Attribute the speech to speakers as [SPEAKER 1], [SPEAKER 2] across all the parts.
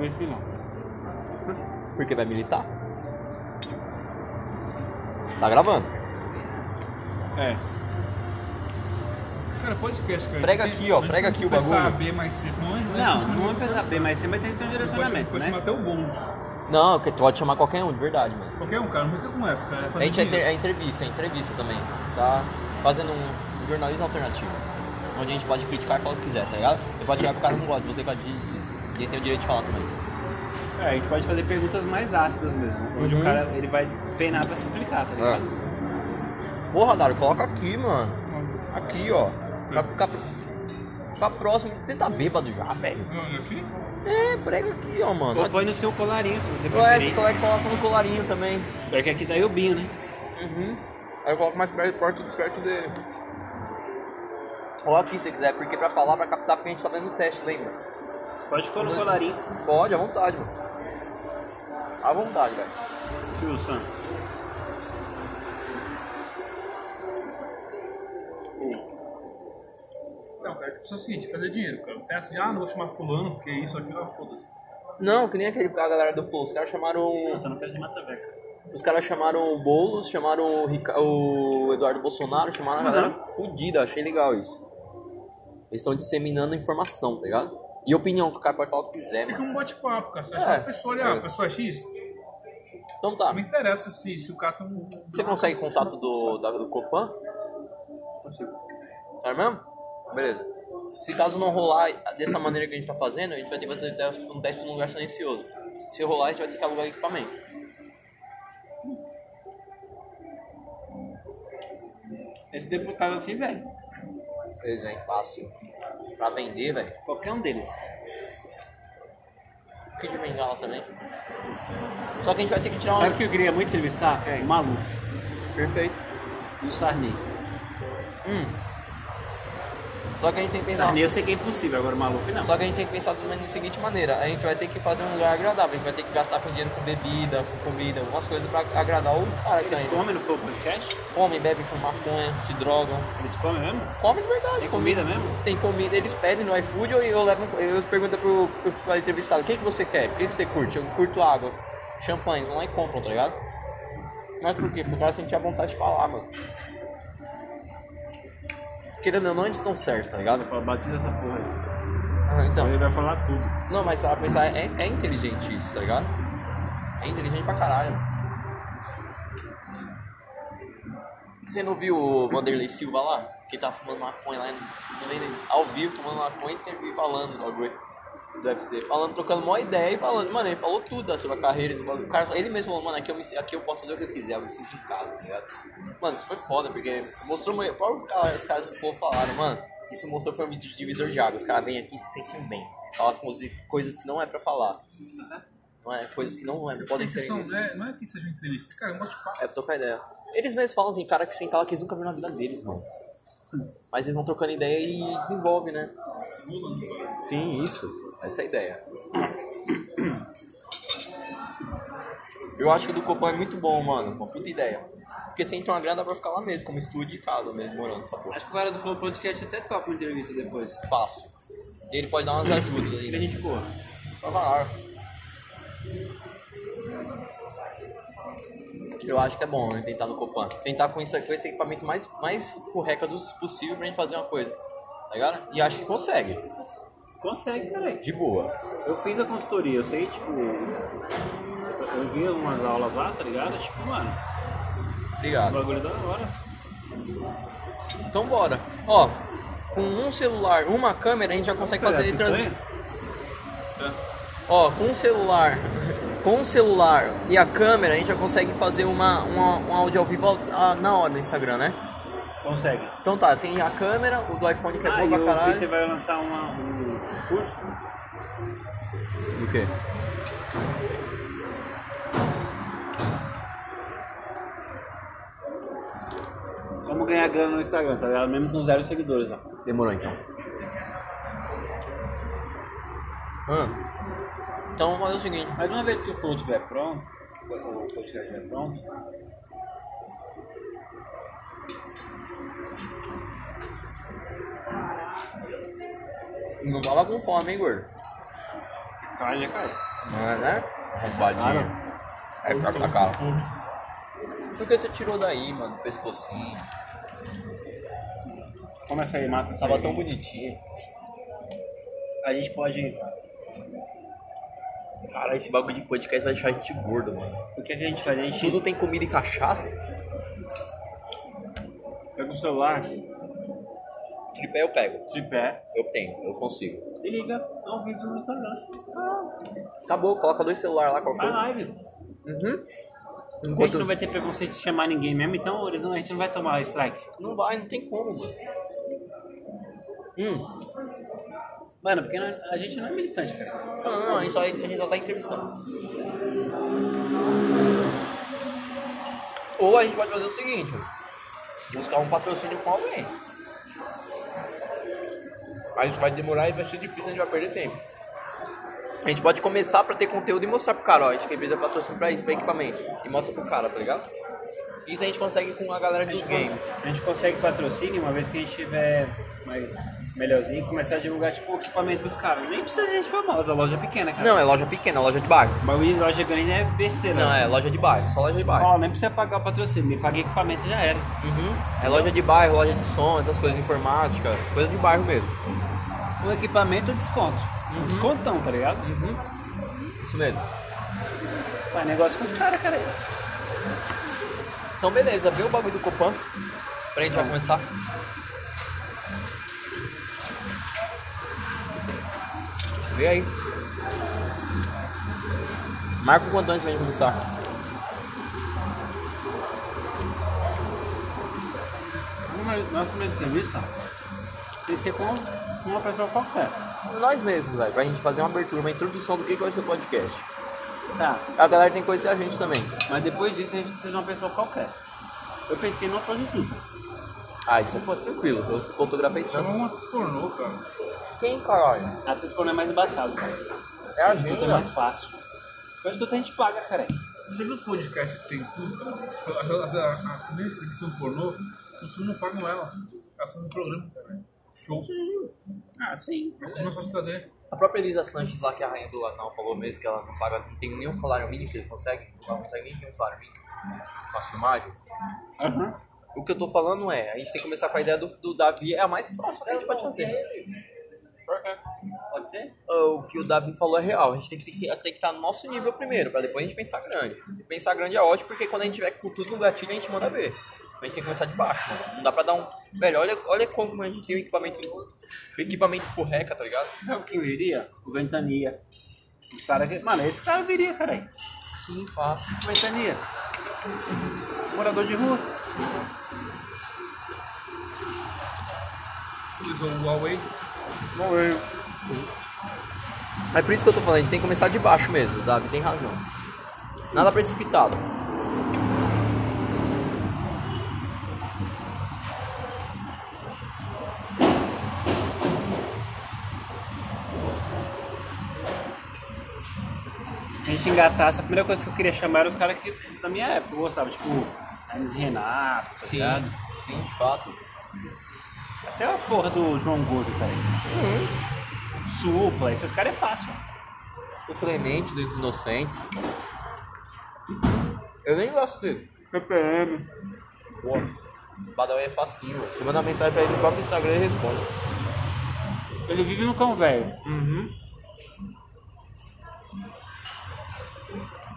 [SPEAKER 1] isso não.
[SPEAKER 2] Porque vai militar. Tá gravando.
[SPEAKER 1] É. Cara, podcast, cara.
[SPEAKER 2] Prega
[SPEAKER 1] A gente-
[SPEAKER 2] aqui, ó,
[SPEAKER 1] a gente
[SPEAKER 2] prega
[SPEAKER 1] tem
[SPEAKER 2] aqui o
[SPEAKER 1] que começar
[SPEAKER 2] bagulho.
[SPEAKER 1] a ver mais cedo, senão a gente vai- a
[SPEAKER 3] Não,
[SPEAKER 1] gente
[SPEAKER 3] não é pesar bem, mas sempre tem que ter um
[SPEAKER 1] Pode, pode
[SPEAKER 3] direcionamento,
[SPEAKER 1] chamar
[SPEAKER 3] né?
[SPEAKER 1] até o bônus.
[SPEAKER 2] Não, que tu pode chamar qualquer um, de verdade, mano.
[SPEAKER 1] Qualquer um, cara, não fica com essa, cara. É
[SPEAKER 2] A
[SPEAKER 1] fazer
[SPEAKER 2] gente é,
[SPEAKER 1] dinheiro.
[SPEAKER 2] inter- é entrevista, é entrevista também. Tá fazendo um jornalismo alternativo. Onde a gente pode criticar qual quiser, tá ligado? Você pode chegar pro cara que não gosta, de você pode dizer isso, isso. E ele tem o direito de falar também.
[SPEAKER 3] É, a gente pode fazer perguntas mais ácidas mesmo, onde
[SPEAKER 2] Uhum.
[SPEAKER 3] o cara ele vai penar pra se explicar, tá ligado?
[SPEAKER 1] É.
[SPEAKER 2] Porra, Dário, coloca aqui, mano. Aqui, ó. Pra ficar pra próximo. Você tá bêbado já, velho?
[SPEAKER 1] Não, olha aqui?
[SPEAKER 2] É, prega aqui, ó, mano.
[SPEAKER 3] Ou põe no seu colarinho, se você
[SPEAKER 2] Ué, esse
[SPEAKER 3] preferir.
[SPEAKER 2] colega coloca no colarinho também.
[SPEAKER 3] Pior que aqui tá Iobinho, né?
[SPEAKER 2] Uhum. Aí eu coloco mais perto, perto, perto dele. Ou aqui se quiser, porque pra falar, pra captar, porque a gente tá fazendo teste, lembra?
[SPEAKER 3] Pode pôr no colarinho,
[SPEAKER 2] Pode, à vontade, mano. À vontade, velho.
[SPEAKER 3] Wilson.
[SPEAKER 1] Não, cara, tipo, é o seguinte, fazer dinheiro, cara. Não tem assim, ah, não vou chamar fulano, porque isso, aquilo, ah, foda-se.
[SPEAKER 2] Não, que nem aquele, a galera do Flow. Os caras chamaram.
[SPEAKER 3] Nossa, eu não quero de mataveca.
[SPEAKER 2] Os caras chamaram o Boulos, chamaram o, Rica- o Eduardo Bolsonaro, chamaram a galera fudida, achei legal isso. Eles estão disseminando informação, tá ligado? E opinião, que o cara pode falar o que quiser,
[SPEAKER 1] Fica
[SPEAKER 2] mano.
[SPEAKER 1] um bate-papo, cara. Você
[SPEAKER 2] É.
[SPEAKER 1] acha uma pessoa ali, ah,
[SPEAKER 2] É.
[SPEAKER 1] a pessoa é X?
[SPEAKER 2] Então tá.
[SPEAKER 1] Não me interessa se, se o cara tá.
[SPEAKER 2] Você consegue contato do, da- do Copan?
[SPEAKER 3] Consigo.
[SPEAKER 2] Tá mesmo? Beleza. Se caso não rolar dessa maneira que a gente tá fazendo, a gente vai ter que fazer teste- um teste num lugar silencioso. Se rolar, a gente vai ter que alugar equipamento.
[SPEAKER 3] Esse deputado assim, velho.
[SPEAKER 2] Beleza, é fácil. Pra vender, velho.
[SPEAKER 3] Qualquer um deles.
[SPEAKER 2] Que de bengala também. Só que a gente vai ter que tirar um-
[SPEAKER 3] Sabe
[SPEAKER 2] uma.
[SPEAKER 3] o que eu queria muito entrevistar?
[SPEAKER 2] Quem?
[SPEAKER 3] O Maluf
[SPEAKER 2] Perfeito.
[SPEAKER 3] e o Sarney.
[SPEAKER 2] Hum. Só que a gente tem que pensar.
[SPEAKER 3] Sarney eu sei que é impossível, agora o Maluf não.
[SPEAKER 2] Só que a gente tem que pensar da seguinte maneira, a gente vai ter que fazer um lugar agradável, a gente vai ter que gastar com dinheiro com bebida, com comida, algumas coisas pra agradar o cara que tá
[SPEAKER 3] Eles
[SPEAKER 2] indo.
[SPEAKER 3] comem, não foi o podcast?
[SPEAKER 2] Comem, bebem, fumam maconha, se drogam.
[SPEAKER 3] Eles comem mesmo?
[SPEAKER 2] Comem de verdade,
[SPEAKER 3] Tem comida
[SPEAKER 2] comida.
[SPEAKER 3] né? mesmo?
[SPEAKER 2] Tem comida, eles pedem no iFood ou eu levo, eu pergunto pro, pro, pro entrevistado, o que, que você quer? O que, que você curte? Eu curto água, champanhe, vão lá e compram, tá ligado? Mas por quê? Porque o cara sentia vontade de falar, mano. Querendo ou não, eles estão certos, tá ligado?
[SPEAKER 3] Ele falou, batiza essa porra aí.
[SPEAKER 2] Ah, então.
[SPEAKER 3] Ele vai falar tudo.
[SPEAKER 2] Não, mas pra pensar, é, é inteligente isso, tá ligado? É inteligente pra caralho. Você não viu o Vanderlei Silva lá? Que tá fumando maconha lá, no- no meio dele, ao vivo, fumando maconha e falando do bagulho do UFC. Falando, trocando uma ideia e falando. Mano, ele falou tudo né, sobre a carreira, esse bagulho. O cara- ele mesmo falou, mano, aqui eu, me, aqui eu posso fazer o que eu quiser, eu me sinto em casa, tá ligado? Mano, isso foi foda, porque mostrou... uma- o próprio cara- Os caras pô, falaram, mano, isso mostrou foi um divisor de água. Os caras vêm aqui e se sentem bem. Falam com os- coisas que não é pra falar. Não é, coisas que não é, podem ser...
[SPEAKER 1] São, né? Não é que seja uma entrevista, cara, é um bate-papo.
[SPEAKER 2] É, pra trocar ideia. Eles mesmos falam, tem cara que senta lá que eles nunca viram na vida deles, mano. Mas eles vão trocando ideia e desenvolve, né? Sim, isso. Essa é a ideia. Eu acho que o do Copan é muito bom, mano. Uma puta ideia. Porque sem entrar uma grana dá pra ficar lá mesmo, como estúdio de casa mesmo, morando essa porra.
[SPEAKER 3] Acho que o cara do Flow Podcast até topa uma entrevista depois.
[SPEAKER 2] Fácil. E ele pode dar umas ajudas aí. né?
[SPEAKER 3] Ele é gente boa.
[SPEAKER 2] Eu acho que é bom né, tentar no Copan. Tentar com, isso, com esse equipamento mais, mais correca dos possível pra gente fazer uma coisa. Tá ligado? E acho que consegue.
[SPEAKER 3] Consegue, cara.
[SPEAKER 2] De boa.
[SPEAKER 3] Eu fiz a consultoria, eu sei, tipo. Eu vi algumas aulas lá, tá ligado? Tipo, mano, o
[SPEAKER 2] Obrigado.
[SPEAKER 3] bagulho é da hora.
[SPEAKER 2] Então bora. Ó, com um celular, uma câmera, a gente já consegue fazer.
[SPEAKER 3] Tá
[SPEAKER 2] trans- Ó, com um celular. Com um celular e a câmera, a gente já consegue fazer uma, uma, um áudio ao vivo ah, na hora no Instagram, né?
[SPEAKER 3] Consegue.
[SPEAKER 2] Então tá, tem a câmera, o do iPhone que é
[SPEAKER 3] Ah,
[SPEAKER 2] bom
[SPEAKER 3] e
[SPEAKER 2] pra
[SPEAKER 3] o
[SPEAKER 2] caralho.
[SPEAKER 3] Peter vai lançar uma- um curso
[SPEAKER 2] Do quê?
[SPEAKER 3] como ganhar grana no Instagram, tá ligado? Mesmo com zero seguidores lá.
[SPEAKER 2] Demorou então. Então vamos fazer o seguinte.
[SPEAKER 3] Mas uma vez que o Flow estiver pronto, o podcast estiver pronto,
[SPEAKER 2] Não tava com fome, hein, gordo?
[SPEAKER 3] cara já caiu.
[SPEAKER 4] Não é, né?
[SPEAKER 2] Roubadinha.
[SPEAKER 4] É pra atacar.
[SPEAKER 2] Então, Por que você tirou daí, mano? do Pescocinho.
[SPEAKER 3] Começa aí, mata.
[SPEAKER 2] Tava tão bonitinho.
[SPEAKER 3] A gente pode.
[SPEAKER 2] Cara, esse bagulho de podcast vai deixar a gente gordo, mano.
[SPEAKER 3] O que, é que a gente faz? A gente
[SPEAKER 2] Tudo tem comida e cachaça.
[SPEAKER 3] pega o celular
[SPEAKER 2] Tripé eu pego.
[SPEAKER 3] de pé
[SPEAKER 2] Eu tenho, eu consigo.
[SPEAKER 3] e liga ao vivo no Instagram.
[SPEAKER 2] Acabou, Tá coloca dois celulares lá, qualquer
[SPEAKER 3] Vai
[SPEAKER 2] coisa.
[SPEAKER 3] live. A gente
[SPEAKER 4] Uhum. Enquanto...
[SPEAKER 3] não vai ter preconceito de chamar ninguém mesmo, então eles não, a gente não vai tomar strike.
[SPEAKER 2] Não vai, não tem como, mano. Hum.
[SPEAKER 3] Mano, porque não- a gente não é militante, cara.
[SPEAKER 2] Não, não, não, a gente só, a gente só tá entrevistando. Ou a gente pode fazer o seguinte, mano. buscar um patrocínio com alguém.
[SPEAKER 4] Mas isso vai demorar e vai ser difícil, a gente vai perder tempo.
[SPEAKER 2] A gente pode começar pra ter conteúdo e mostrar pro cara, ó, a gente precisa de patrocínio pra isso, pra equipamento. E mostra pro cara, tá ligado? Isso a gente consegue com a galera dos games.
[SPEAKER 3] A gente consegue patrocínio uma vez que a gente tiver mais, melhorzinho e começar a divulgar tipo, o equipamento dos caras. Nem precisa de gente famosa, a loja é pequena, cara.
[SPEAKER 2] Não, é loja pequena, loja de bairro.
[SPEAKER 3] O bagulho de loja grande é besteira.
[SPEAKER 2] Não, é loja de bairro, só loja de bairro.
[SPEAKER 3] Ó, nem precisa pagar o patrocínio, me paga equipamento e já era.
[SPEAKER 2] É loja de bairro, loja de som, essas coisas de informática, coisa de bairro mesmo.
[SPEAKER 3] O equipamento eu desconto. Um Descontão, tá ligado?
[SPEAKER 2] Isso mesmo.
[SPEAKER 3] Faz negócio com os caras, cara.
[SPEAKER 2] Então beleza, vê o bagulho do Copan pra gente já começar. Vê aí. Marca o quanto antes pra gente começar.
[SPEAKER 3] Numa- Nossa primeira entrevista tem que ser com com uma pessoa qualquer.
[SPEAKER 2] Nós mesmos, velho, pra gente fazer uma abertura, uma introdução do que que vai ser o podcast.
[SPEAKER 3] Tá,
[SPEAKER 2] A galera tem que conhecer a gente também.
[SPEAKER 3] mas depois disso a gente precisa de uma pessoa qualquer. Eu pensei numa prostituta.
[SPEAKER 2] Ah, isso foi tranquilo. Eu fotografei
[SPEAKER 1] Chama
[SPEAKER 2] tanto.
[SPEAKER 1] uma atriz um pornô, cara.
[SPEAKER 2] Quem, caralho?
[SPEAKER 3] A transporte é mais embaçado, cara.
[SPEAKER 2] É a
[SPEAKER 3] Prostituta
[SPEAKER 2] gente,
[SPEAKER 3] é mais fácil. Prostituta a gente paga, cara.
[SPEAKER 1] Você viu os podcasts que tem tudo, cara? Tipo, As, as, as meninas que são pornô, os filmes não pagam ela. Elas são no programa, cara. Show.
[SPEAKER 3] Ah, sim.
[SPEAKER 1] Mas posso trazer.
[SPEAKER 2] A própria Elisa Sanches lá, que é a rainha do Lanal, falou mesmo que ela não paga, não tem nenhum salário mínimo que eles conseguem, ela não consegue nem ter um salário mínimo com as filmagens.
[SPEAKER 3] Aham.
[SPEAKER 2] O que eu tô falando é, a gente tem que começar com a ideia do, do Davi, é a mais próxima que a gente pode fazer. Ah,
[SPEAKER 3] Pode ser?
[SPEAKER 2] O que o Davi falou é real, a gente tem que, tem que estar no nosso nível primeiro, pra depois a gente pensar grande. Pensar grande é ótimo, porque quando a gente tiver com tudo no gatilho, a gente manda ver. A gente tem que começar de baixo, mano. Não dá pra dar um... Velho, olha, olha como a gente tem o equipamento, o equipamento porreca, tá ligado?
[SPEAKER 3] Sabe quem viria? O Ventania. O cara que... Mano, esse cara viria, cara.
[SPEAKER 2] Sim, fácil.
[SPEAKER 3] Ventania. Morador de rua.
[SPEAKER 1] Utilizou o Huawei.
[SPEAKER 3] Bom, eu.
[SPEAKER 2] Mas por isso que eu tô falando, a gente tem que começar de baixo mesmo, o Davi tem razão. Nada precipitado.
[SPEAKER 3] a gente engatasse, a primeira coisa que eu queria chamar era os caras que na minha época eu gostava, tipo, Hermes Renato, tá ligado?
[SPEAKER 2] Né? sim, de fato.
[SPEAKER 3] Até a porra do João Gordo, cara. Supla, esses caras é fácil.
[SPEAKER 2] O Clemente dos Inocentes. Eu nem gosto dele.
[SPEAKER 3] PPM.
[SPEAKER 2] Pô, Badawi é facinho. velho. Você manda uma mensagem pra ele no próprio Instagram e ele responde.
[SPEAKER 3] Ele vive no cão velho. Uhum.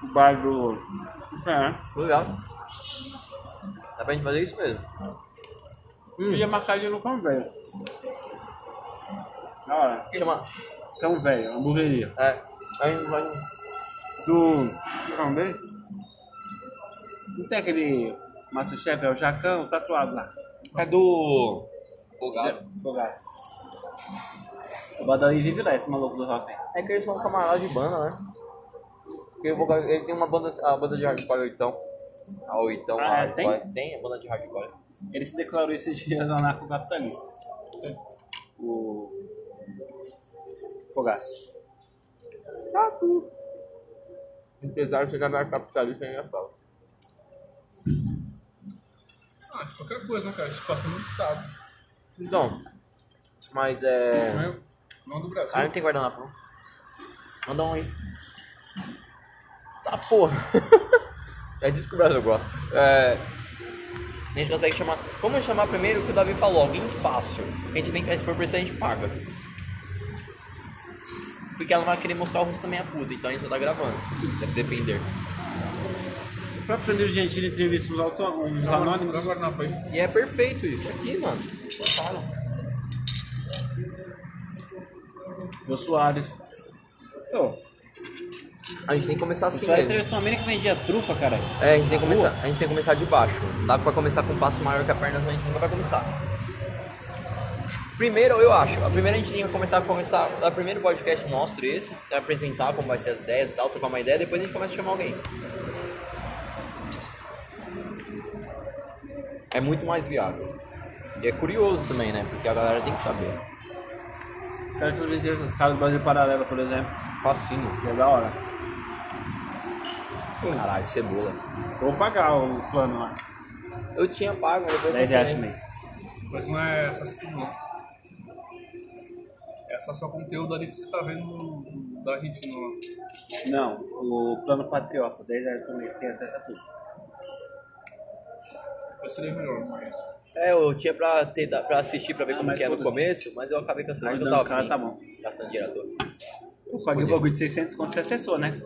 [SPEAKER 3] O bar do. É.
[SPEAKER 2] Legal. Tá Dá pra gente fazer isso mesmo.
[SPEAKER 3] Podia marcar ele no cão velho. Da hora.
[SPEAKER 2] Chama.
[SPEAKER 3] Cão velho, hamburgueria.
[SPEAKER 2] É. A gente vai.
[SPEAKER 3] Do. Cão dele? Não tem aquele Masterchef, é o Jacão, o tatuado lá.
[SPEAKER 2] É do. Fogado.
[SPEAKER 3] Fogaço. O Badawi vive lá, esse maluco do rock.
[SPEAKER 2] É que eles são camaradas de banda, né? Porque eu vou- ele tem uma banda, a banda de hardcore oitão. A oitão,
[SPEAKER 3] Ah,
[SPEAKER 2] a
[SPEAKER 3] é? Tem?
[SPEAKER 2] hardcore. Tem a banda de hardcore.
[SPEAKER 3] Ele se declarou esses dias anarcocapitalista. O. Fogaço.
[SPEAKER 2] Empresário chegar na capitalista ainda fala.
[SPEAKER 1] Ah, de qualquer coisa, né, cara? Isso passa no estado.
[SPEAKER 2] Então, mas é.
[SPEAKER 1] Não é? Não do Brasil.
[SPEAKER 2] Ah, não tem guardanapo. Manda um aí. Tá porra. é disso que o Brasil gosta. É, a gente consegue chamar. Vamos chamar primeiro o que o Davi falou, alguém fácil. A gente tem que, se for preciso, a gente paga. Porque ela vai querer mostrar o rosto também a puta, então a gente só tá gravando. Deve depender.
[SPEAKER 3] O próprio Danilo Gentili entrevista os auto- os anônimos.
[SPEAKER 1] Agora não, foi.
[SPEAKER 2] E é perfeito isso. Aqui, mano. Botaram.
[SPEAKER 3] Meu Soares.
[SPEAKER 2] Então, a gente tem que começar
[SPEAKER 3] O
[SPEAKER 2] assim
[SPEAKER 3] Soares
[SPEAKER 2] mesmo.
[SPEAKER 3] entrevistou um menino que vendia trufa, cara.
[SPEAKER 2] É, a gente tem que começar, a gente tem que começar de baixo. Dá pra começar com um passo maior que a perna, senão a gente nunca vai começar. Primeiro, eu acho, a primeira a gente tem que começar a começar, o primeiro podcast nosso esse, pra apresentar como vai ser as ideias e tal, trocar uma ideia, depois a gente começa a chamar alguém. É muito mais viável. E é curioso também, né? Porque a galera tem que saber.
[SPEAKER 3] Os caras que eu disse, os caras do Brasil Paralelo, por exemplo.
[SPEAKER 2] Facinho.
[SPEAKER 3] Que é da hora. Hum.
[SPEAKER 2] Caralho, cebola.
[SPEAKER 3] Vou pagar o plano lá.
[SPEAKER 2] Eu tinha pago, mas depois eu
[SPEAKER 3] 10 reais por
[SPEAKER 2] cancelei.
[SPEAKER 3] mês.
[SPEAKER 1] Mas não é acesso a tudo, não. É acesso ao conteúdo ali que você tá vendo no- da Argentina lá.
[SPEAKER 3] Não, o plano patriota, 10 reais por mês, tem acesso a tudo.
[SPEAKER 1] Depois seria melhor, mas.
[SPEAKER 2] É, eu tinha pra, ter, da- pra assistir pra ver
[SPEAKER 3] Ah,
[SPEAKER 2] como
[SPEAKER 3] mas
[SPEAKER 2] que é no
[SPEAKER 3] foda-se.
[SPEAKER 2] começo, mas eu acabei cancelando
[SPEAKER 3] Mas
[SPEAKER 2] porque eu
[SPEAKER 3] não,
[SPEAKER 2] tava
[SPEAKER 3] os caras tá
[SPEAKER 2] afim. Gastando dinheiro à toa.
[SPEAKER 3] Eu paguei o bagulho de 600 quando você acessou, né?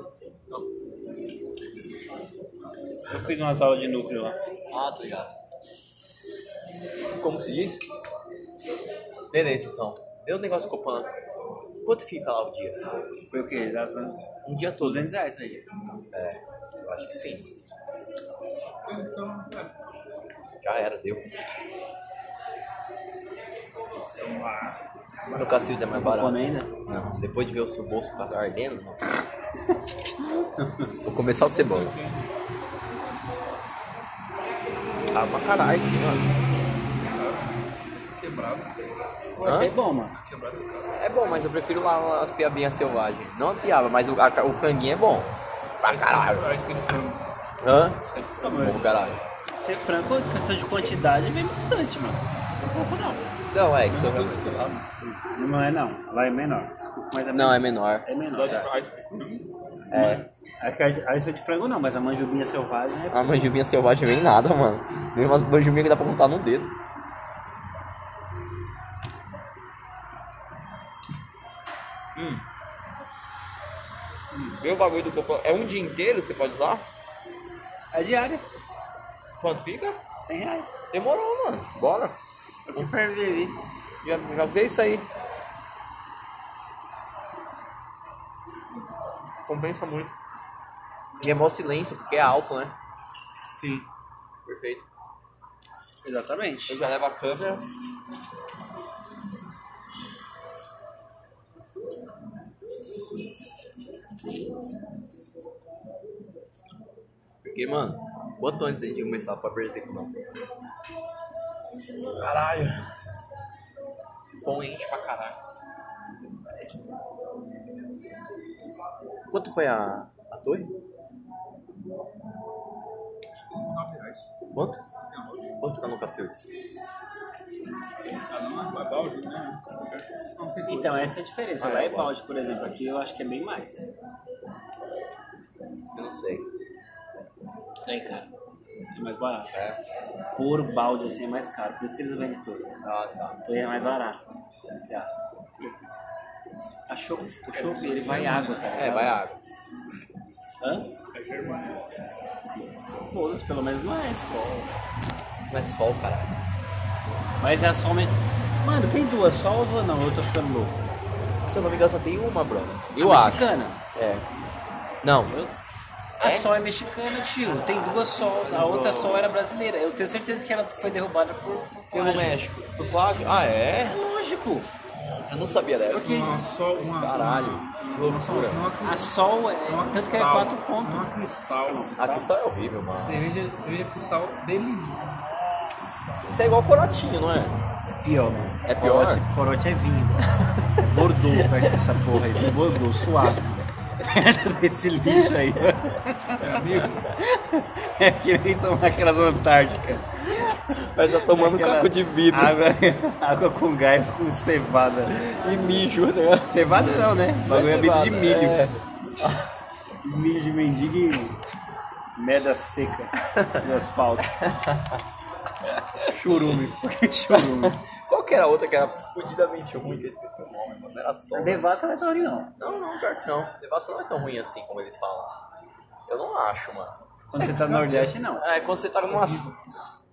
[SPEAKER 3] Eu fiz umas aulas de núcleo lá.
[SPEAKER 2] Ah, tá ligado. Como se diz? Beleza, então. Vê o negócio Copan. Quanto fica lá o dia?
[SPEAKER 3] Foi o quê? Já foi uns
[SPEAKER 2] Um dia todo.
[SPEAKER 3] 200 reais isso aí.
[SPEAKER 2] É, eu acho que sim.
[SPEAKER 1] Então, é.
[SPEAKER 2] Já era, deu.
[SPEAKER 3] Então,
[SPEAKER 2] No Cacildes é mais
[SPEAKER 3] Tá com
[SPEAKER 2] barato.
[SPEAKER 3] fome ainda?
[SPEAKER 2] Não, depois de ver o seu bolso ficar ardendo, não. vou começar a cebola. Tá pra caralho, mano.
[SPEAKER 1] Quebrado.
[SPEAKER 3] Eu
[SPEAKER 2] Hã?
[SPEAKER 3] achei bom, mano.
[SPEAKER 1] Quebrado.
[SPEAKER 2] É bom, mas eu prefiro lá as piabinhas selvagens. Não a piaba, mas o, a, ca- o canguinho é bom. Pra caralho.
[SPEAKER 1] É isso que eles falam.
[SPEAKER 2] Hã?
[SPEAKER 3] Ah,
[SPEAKER 2] Bom
[SPEAKER 3] mas
[SPEAKER 2] pra caralho.
[SPEAKER 3] Ser franco, questão de quantidade vem bastante, mano. Não é pouco não.
[SPEAKER 2] Não, é isso. realmente.
[SPEAKER 3] Não é não, lá é menor. Desculpa, mas é
[SPEAKER 2] Não, é
[SPEAKER 3] menor.
[SPEAKER 2] menor.
[SPEAKER 3] É menor. É.
[SPEAKER 1] Ah, isso que eles
[SPEAKER 2] É.
[SPEAKER 3] Acho que a- a isso é de frango não, mas a manjubinha selvagem é.
[SPEAKER 2] A manjubinha selvagem vem nada, mano. Vem umas manjubinhas que dá pra contar no dedo. Hum. Vê o bagulho do copão. É um dia inteiro que você pode usar?
[SPEAKER 3] É diária,
[SPEAKER 2] Quanto fica?
[SPEAKER 3] 100 reais.
[SPEAKER 2] Demorou, mano. Bora.
[SPEAKER 3] Eu prefiro viver.
[SPEAKER 2] Já, já vê isso aí. Compensa muito. E é mó silêncio, porque é alto, né?
[SPEAKER 3] Sim.
[SPEAKER 2] Perfeito.
[SPEAKER 3] Exatamente.
[SPEAKER 2] Eu já levo a câmera. Porque, mano, quanto antes a gente começar pra perder tempo, não. Caralho. Bom ente pra caralho. Quanto foi a, a torre?
[SPEAKER 1] são 9 reais.
[SPEAKER 2] Quanto?
[SPEAKER 1] Tem uma loja.
[SPEAKER 2] Quanto tá no cacete?
[SPEAKER 1] Ah, não, é balde, né? Não tem
[SPEAKER 3] Então, essa é a diferença.
[SPEAKER 2] Ah,
[SPEAKER 3] Lá
[SPEAKER 2] é
[SPEAKER 3] é
[SPEAKER 2] bom.
[SPEAKER 3] balde, por exemplo. Aqui eu acho que é bem mais.
[SPEAKER 2] Eu não sei.
[SPEAKER 3] É, cara. É mais barato.
[SPEAKER 2] É?
[SPEAKER 3] Por balde, assim, é mais caro. Por isso que eles vendem tudo.
[SPEAKER 2] Ah, tá.
[SPEAKER 3] Então é mais barato. Entre aspas. É, A chope, o chope, ele vai água, tá
[SPEAKER 2] É, vai água.
[SPEAKER 3] Hã? Foda-se, pelo menos não é escola.
[SPEAKER 2] Não é sol, caralho.
[SPEAKER 3] Mas é só mesmo. Mano, tem duas só ou não? Eu tô ficando louco.
[SPEAKER 2] Se eu não me engano, só tem uma, bro. Eu
[SPEAKER 3] a
[SPEAKER 2] acho.
[SPEAKER 3] mexicana.
[SPEAKER 2] É. Não.
[SPEAKER 3] Eu- A
[SPEAKER 2] É?
[SPEAKER 3] Sol é mexicana, tio. Tem duas Sols. A outra Sol era brasileira. Eu tenho certeza que ela foi derrubada por, por
[SPEAKER 2] Pelo
[SPEAKER 3] plágio.
[SPEAKER 2] México. Do plágio? Ah,
[SPEAKER 3] É
[SPEAKER 2] é?
[SPEAKER 3] lógico.
[SPEAKER 2] Eu não sabia dessa.
[SPEAKER 3] Porque
[SPEAKER 1] Uma só, uma.
[SPEAKER 2] Caralho,
[SPEAKER 1] uma-
[SPEAKER 2] que loucura.
[SPEAKER 1] Uma, uma,
[SPEAKER 3] a
[SPEAKER 1] cristal,
[SPEAKER 3] Sol é...
[SPEAKER 1] uma
[SPEAKER 3] Tanto que é
[SPEAKER 1] cristal,
[SPEAKER 3] 4 pontos.
[SPEAKER 1] Uma cristal.
[SPEAKER 2] A cristal é horrível, mano.
[SPEAKER 1] Cerveja, cerveja cristal delícia.
[SPEAKER 2] Isso é igual corotinho, não é?
[SPEAKER 3] Pior, mano.
[SPEAKER 2] É pior?
[SPEAKER 3] Corote, corote é vinho. É Bordeaux perto dessa porra aí. Bordeaux, suave. Perto desse lixo aí. É que nem tomar aquelas antárticas.
[SPEAKER 2] Mas tá tomando
[SPEAKER 3] Aquela
[SPEAKER 2] caco de vidro
[SPEAKER 3] Água, água com gás, com cevada.
[SPEAKER 2] e mijo, né?
[SPEAKER 3] Cevada não, né? Bagulho é
[SPEAKER 2] Mas
[SPEAKER 3] vidro
[SPEAKER 2] cevada,
[SPEAKER 3] de milho.
[SPEAKER 2] é.
[SPEAKER 3] milho de mendigo e merda seca do asfalto. Churume. Churume.
[SPEAKER 2] Qual que era a outra que era fudidamente ruim, que eu esqueci o nome, mano? Era só.
[SPEAKER 3] Devassa não é tão ruim, não.
[SPEAKER 2] Não, não, pior que não. Devassa não é tão ruim assim como eles falam. Eu não acho, mano.
[SPEAKER 3] Quando você tá no Nordeste, não.
[SPEAKER 2] É, quando você tá numa.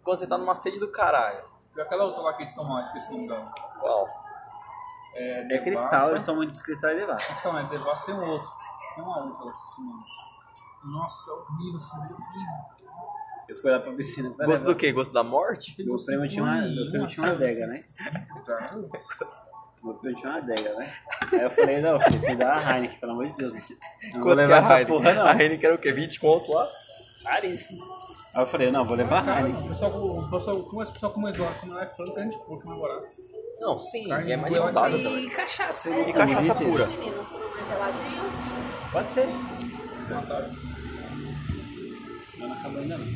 [SPEAKER 2] Quando você tá numa sede do caralho.
[SPEAKER 1] E aquela outra lá que eles tomam, esqueci o nome dela.
[SPEAKER 2] Qual?
[SPEAKER 1] É,
[SPEAKER 3] É
[SPEAKER 1] Devassa.
[SPEAKER 3] cristal, eles tomam de cristal e devassa.
[SPEAKER 1] Então, é Devassa tem um outro. Tem uma outra lá que se chama. Nossa, é horrível esse vídeo.
[SPEAKER 3] Eu fui lá pra piscina. pra
[SPEAKER 2] Gosto
[SPEAKER 3] levar.
[SPEAKER 2] do quê? Gosto da morte?
[SPEAKER 3] Meu primo tinha uma, meu primo tinha uma adega, né? Meu primo tinha uma adega, né? Aí eu falei, não, filho, me dá a Heineken, pelo amor de Deus. Não vou
[SPEAKER 2] Quanto que é
[SPEAKER 3] levar
[SPEAKER 2] a
[SPEAKER 3] essa
[SPEAKER 2] Heineken?
[SPEAKER 3] porra,
[SPEAKER 2] A
[SPEAKER 3] não.
[SPEAKER 2] Heineken era o quê? 20 conto lá?
[SPEAKER 3] Caríssimo. Aí eu falei, não, vou levar a Heineken.
[SPEAKER 1] O pessoal, o pessoal, como é, o pessoal como é exótico, como não é franca, a gente for, que é mais barato.
[SPEAKER 2] Não, sim.
[SPEAKER 1] Carne
[SPEAKER 2] E é mais
[SPEAKER 1] moída.
[SPEAKER 2] saudável
[SPEAKER 5] E
[SPEAKER 2] também.
[SPEAKER 5] cachaça.
[SPEAKER 2] E cachaça pura.
[SPEAKER 5] Meninos, por um gelazinho.
[SPEAKER 3] Pode ser. Não, não acabou ainda não.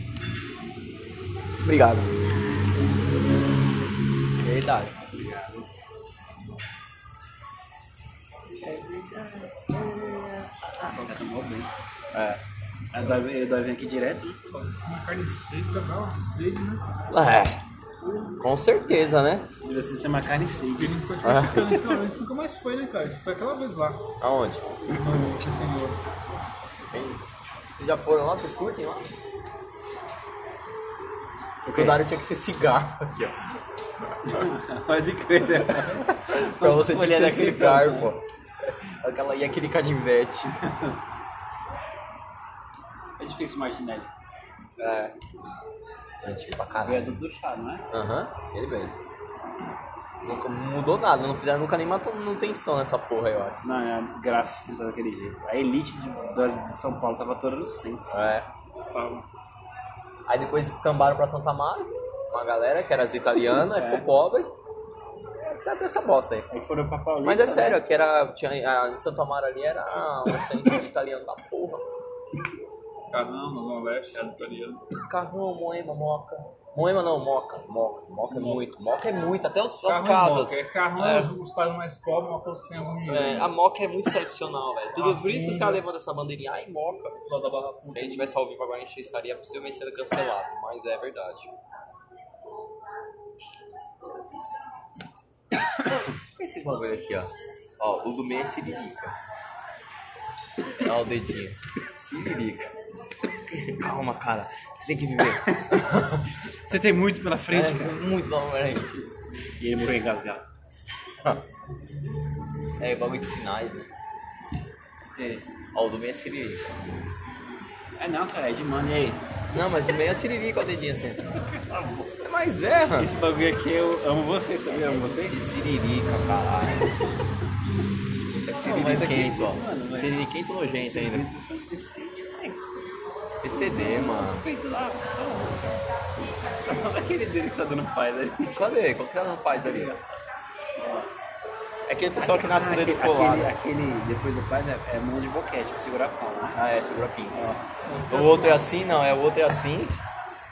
[SPEAKER 2] Obrigado. Verdade.
[SPEAKER 3] Você tomou bem. É. Aí deve, deve vir aqui direto, né?
[SPEAKER 1] Uma carne seca, dá uma sede, né?
[SPEAKER 2] É. Com certeza, né?
[SPEAKER 3] Deve ser uma carne seca.
[SPEAKER 1] E a gente foi
[SPEAKER 2] Ah.
[SPEAKER 1] criticando, então, a gente nunca mais foi, né, cara? Isso foi aquela vez lá. no
[SPEAKER 2] Aonde?
[SPEAKER 1] Senhor.
[SPEAKER 2] Vocês já foram lá? Vocês curtem lá? O
[SPEAKER 3] Ok.
[SPEAKER 2] Cuidado tinha que ser cigarro aqui, ó.
[SPEAKER 3] Pode crer. né?
[SPEAKER 2] Pra você
[SPEAKER 3] Pode
[SPEAKER 2] tirar
[SPEAKER 3] ser
[SPEAKER 2] aquele
[SPEAKER 3] cigarro,
[SPEAKER 2] carro, pô. Aquela, e aquele canivete.
[SPEAKER 3] É difícil imaginar ele.
[SPEAKER 2] É. Antigo pra
[SPEAKER 3] O
[SPEAKER 2] caralho.
[SPEAKER 3] viaduto do chá, não é?
[SPEAKER 2] Aham, ele mesmo. Nunca mudou nada, não fizeram nunca nem manutenção nessa porra aí, eu acho.
[SPEAKER 3] Não, é uma desgraça sustentar daquele jeito. A elite de, das- de São Paulo tava toda no centro.
[SPEAKER 2] É.
[SPEAKER 3] Tava.
[SPEAKER 2] Aí depois cambaram pra Santa Mara, uma galera que era as italianas, aí ficou pobre. Tá dessa bosta aí.
[SPEAKER 3] Aí foram pra Paulista.
[SPEAKER 2] Mas é
[SPEAKER 3] né?
[SPEAKER 2] sério, aqui era. Tinha, a, em Santo Amaro ali era um centro de italiano da porra.
[SPEAKER 1] Caramba, no leste, é italiano.
[SPEAKER 2] Carrão, Moema, Moca. Moema não, Moca. Moca. Moca é muito. Moca é muito. Até os, as
[SPEAKER 1] Carrão e
[SPEAKER 2] casas.
[SPEAKER 1] Moca. É carrão
[SPEAKER 2] É.
[SPEAKER 1] é. os estados mais pobres, uma coisa que tem algum né? dinheiro.
[SPEAKER 2] É, a Moca é muito tradicional, velho. Tudo, por isso que os
[SPEAKER 1] sim.
[SPEAKER 2] caras levantam essa bandeirinha. Ai, Moca.
[SPEAKER 1] Lá da Barra
[SPEAKER 2] Se
[SPEAKER 1] Funda.
[SPEAKER 2] a gente tivesse ao vivo agora, a gente estaria possivelmente sendo cancelado. Mas é verdade. Esse bagulho aqui, ó. Ó, o do meio é Siririca. Olha o dedinho. Siririca. Calma, cara. Você tem que viver.
[SPEAKER 3] Você tem muito pela frente.
[SPEAKER 2] É, muito não, peraí.
[SPEAKER 3] E ele morreu engasgado.
[SPEAKER 2] É, bagulho de sinais, né? Ó, o do meio é Siririca.
[SPEAKER 3] É não, cara, é de mano. E aí?
[SPEAKER 2] Não, mas o meio é Siririca, ó, o dedinho assim. Mas é, erra.
[SPEAKER 3] Esse bagulho aqui eu amo vocês, sabia? Eu amo vocês.
[SPEAKER 2] De siririca, caralho. É siririquento, ó. Siririquento nojento ainda. PCD, mano.
[SPEAKER 3] Feito lá. Olha aquele dele que tá dando paz ali.
[SPEAKER 2] Cadê? Qual que tá no paz ali? É aquele pessoal que nasce com o dedo
[SPEAKER 3] Aquele-
[SPEAKER 2] colado.
[SPEAKER 3] Aquele, aquele depois do paz é, é mão de boquete, pra segurar a palma. né?
[SPEAKER 2] Ah, é, segura a pinta.
[SPEAKER 3] Ó,
[SPEAKER 2] O outro é assim? Não, é o outro é assim.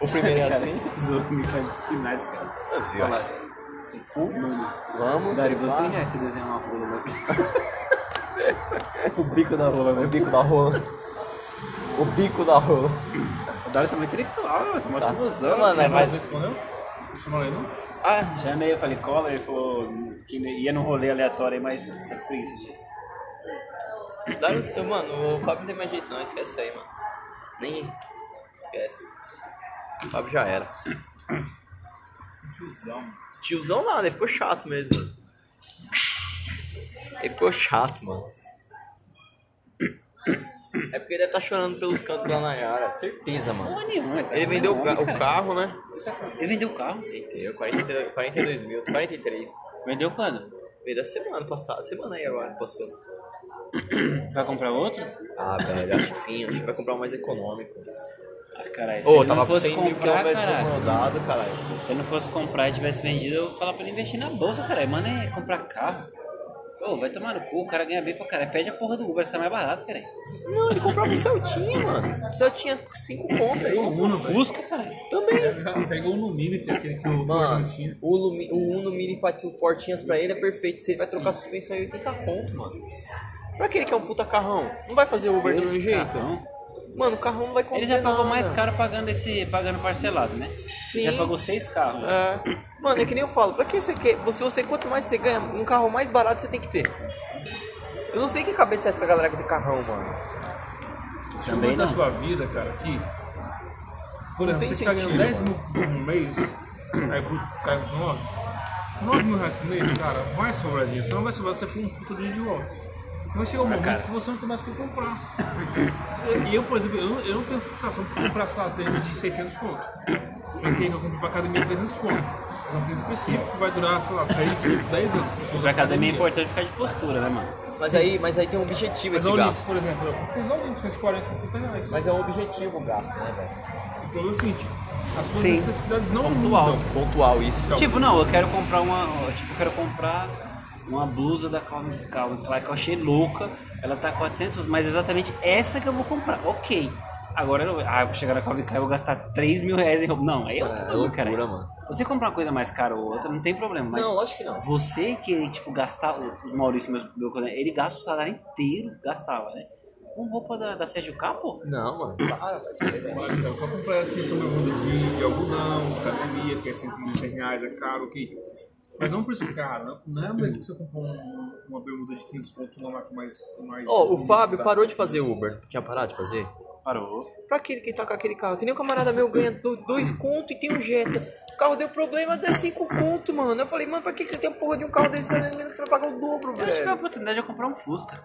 [SPEAKER 2] O primeiro é
[SPEAKER 3] cara,
[SPEAKER 2] assim.
[SPEAKER 3] zoou, me faz sinais, cara.
[SPEAKER 2] Olha lá. Cu, Vamos,
[SPEAKER 3] Daria
[SPEAKER 2] driblar.
[SPEAKER 3] 200 reais se desenhar uma rola. né?
[SPEAKER 2] O bico da rola, né? O bico da rola. O bico da rola.
[SPEAKER 3] O Dario tá muito intelectual, mano. Tá mó
[SPEAKER 2] Tá.
[SPEAKER 3] chimosão.
[SPEAKER 2] Mano, é mais.
[SPEAKER 1] Você respondeu? Não chamou ele, não?
[SPEAKER 2] Ah,
[SPEAKER 3] Chamei, eu falei, cola, ele falou que ia num rolê aleatório aí, mas tá por isso, gente.
[SPEAKER 2] Dario, mano, o Fábio não tem mais jeito não, esquece isso aí, mano. Nem. Esquece. O Fábio já era.
[SPEAKER 1] Tiozão.
[SPEAKER 2] Tiozão nada, ele ficou chato mesmo. mano. Ele ficou chato, mano. É porque ele deve estar chorando pelos cantos da Nayara, certeza, mano.
[SPEAKER 3] né,
[SPEAKER 2] Ele vendeu o, ca- o carro, né?
[SPEAKER 3] Ele vendeu o carro?
[SPEAKER 2] Vendeu, 42, 42 mil, 43.
[SPEAKER 3] Vendeu quando?
[SPEAKER 2] Veio da semana passada, semana aí agora que passou.
[SPEAKER 3] Vai comprar outro?
[SPEAKER 2] Ah, velho, acho que sim, acho que vai comprar um mais econômico.
[SPEAKER 3] Ah, caralho. Se
[SPEAKER 2] Ô,
[SPEAKER 3] ele
[SPEAKER 2] tava
[SPEAKER 3] não
[SPEAKER 2] com
[SPEAKER 3] fosse
[SPEAKER 2] 100 mil é um
[SPEAKER 3] comprar,
[SPEAKER 2] quilômetros
[SPEAKER 3] caralho.
[SPEAKER 2] rodado, caralho.
[SPEAKER 3] Se ele não fosse comprar e tivesse vendido, eu ia falar pra ele investir na bolsa, caralho. Mano, é comprar carro. Ô, vai tomar no cu, o cara ganha bem pra caralho. Pede a porra do Uber, sai mais barato, caralho.
[SPEAKER 2] Não, ele comprava um Celtinha, mano. O Celtinha com 5 contas aí.
[SPEAKER 3] Uno, Fusca, caralho.
[SPEAKER 2] Também.
[SPEAKER 1] Pegou um no mini, que é aquele que
[SPEAKER 2] Mano,
[SPEAKER 1] o Gordon tinha.
[SPEAKER 2] o, Lumi, o Uno Mini 4 portinhas pra ele é perfeito. Se ele vai trocar a suspensão em 80 conto, é mano. Pra aquele que é um puta carrão, não vai fazer Uber do mesmo jeito?
[SPEAKER 3] Carrão.
[SPEAKER 2] Mano, o carrão não vai
[SPEAKER 3] Ele
[SPEAKER 2] conseguir.
[SPEAKER 3] já pagou mais caro pagando esse. pagando parcelado, né?
[SPEAKER 2] Sim.
[SPEAKER 3] Já pagou seis carros.
[SPEAKER 2] É. Mano, é que nem eu falo, pra que você quer. Você, você, quanto mais você ganha, um carro mais barato você tem que ter. Eu não sei que cabeça é essa que a galera que tem carrão, mano.
[SPEAKER 1] Deixa eu
[SPEAKER 3] Também
[SPEAKER 1] botar
[SPEAKER 3] não.
[SPEAKER 1] sua vida, cara, aqui. Por
[SPEAKER 2] tem
[SPEAKER 1] exemplo, você tá ganhando
[SPEAKER 2] sentido,
[SPEAKER 1] 10 mil por um mês, aí pro cai os 9, 9 mil reais por mês, cara, vai sobrar dinheiro. Se não vai sobrar, você foi um puta de idiota. Vai chegar um momento
[SPEAKER 3] Ah, cara.
[SPEAKER 1] que você não tem mais o que comprar. Você- E eu, por exemplo, eu, não- eu não tenho fixação por comprar essa tênis de 600 conto. Eu tenho que eu compro pra academia 300 conto. Mas é um tênis específico que vai durar, sei lá, 3, 5, 10 anos.
[SPEAKER 3] Pra academia é importante ficar de postura, né, mano?
[SPEAKER 2] Mas aí, mas aí tem um objetivo
[SPEAKER 1] Mas é
[SPEAKER 2] esse
[SPEAKER 1] Olympics,
[SPEAKER 2] gasto.
[SPEAKER 1] por exemplo, eu comprei os Olympics, 140, 50 reais.
[SPEAKER 2] Mas é um objetivo o gasto, né, velho?
[SPEAKER 1] O problema é o seguinte, as suas
[SPEAKER 3] Sim.
[SPEAKER 1] necessidades não
[SPEAKER 3] Pontual.
[SPEAKER 1] mudam.
[SPEAKER 2] Pontual isso.
[SPEAKER 1] Não.
[SPEAKER 3] Tipo, não, eu quero comprar uma. Tipo, eu quero comprar uma blusa da Calvin Calvin Klein que eu achei louca. Ela tá 400, mas exatamente essa que eu vou comprar. Ok. Agora eu, ah, eu vou chegar na Calvin Klein e vou gastar 3 mil reais em roupa. Não, aí é outra
[SPEAKER 2] É
[SPEAKER 3] coisa,
[SPEAKER 2] loucura,
[SPEAKER 3] cara.
[SPEAKER 2] mano.
[SPEAKER 3] Você comprar uma coisa mais cara ou outra, não tem problema, mas.
[SPEAKER 2] Não, lógico que não.
[SPEAKER 3] Você que, tipo, gastar. O Maurício, meu, meu colega, ele gasta o salário inteiro, gastava, né? Com roupa da, da Sérgio Capo?
[SPEAKER 2] Não, mano. Para, velho.
[SPEAKER 1] Então, pra comprar assim, sobremudas de, de algodão, academia, que é 120 reais, é caro, ok. Mas não um preço caro, né? não é mesmo que você comprar um- uma bermuda de 500 conto, uma marca mais... mais
[SPEAKER 2] Ó, o Fábio parou de fazer Uber. Tinha parado de fazer?
[SPEAKER 3] Parou.
[SPEAKER 2] Pra aquele que tá com aquele carro. Que nem o camarada meu ganha do- dois conto e tem um Jetta. O carro deu problema, dá cinco conto, mano. Eu falei, mano, pra que que você tem porra de um carro desse? Você vai pagar o dobro,
[SPEAKER 3] Eu tive a
[SPEAKER 2] velho.
[SPEAKER 3] oportunidade de eu comprar um Fusca.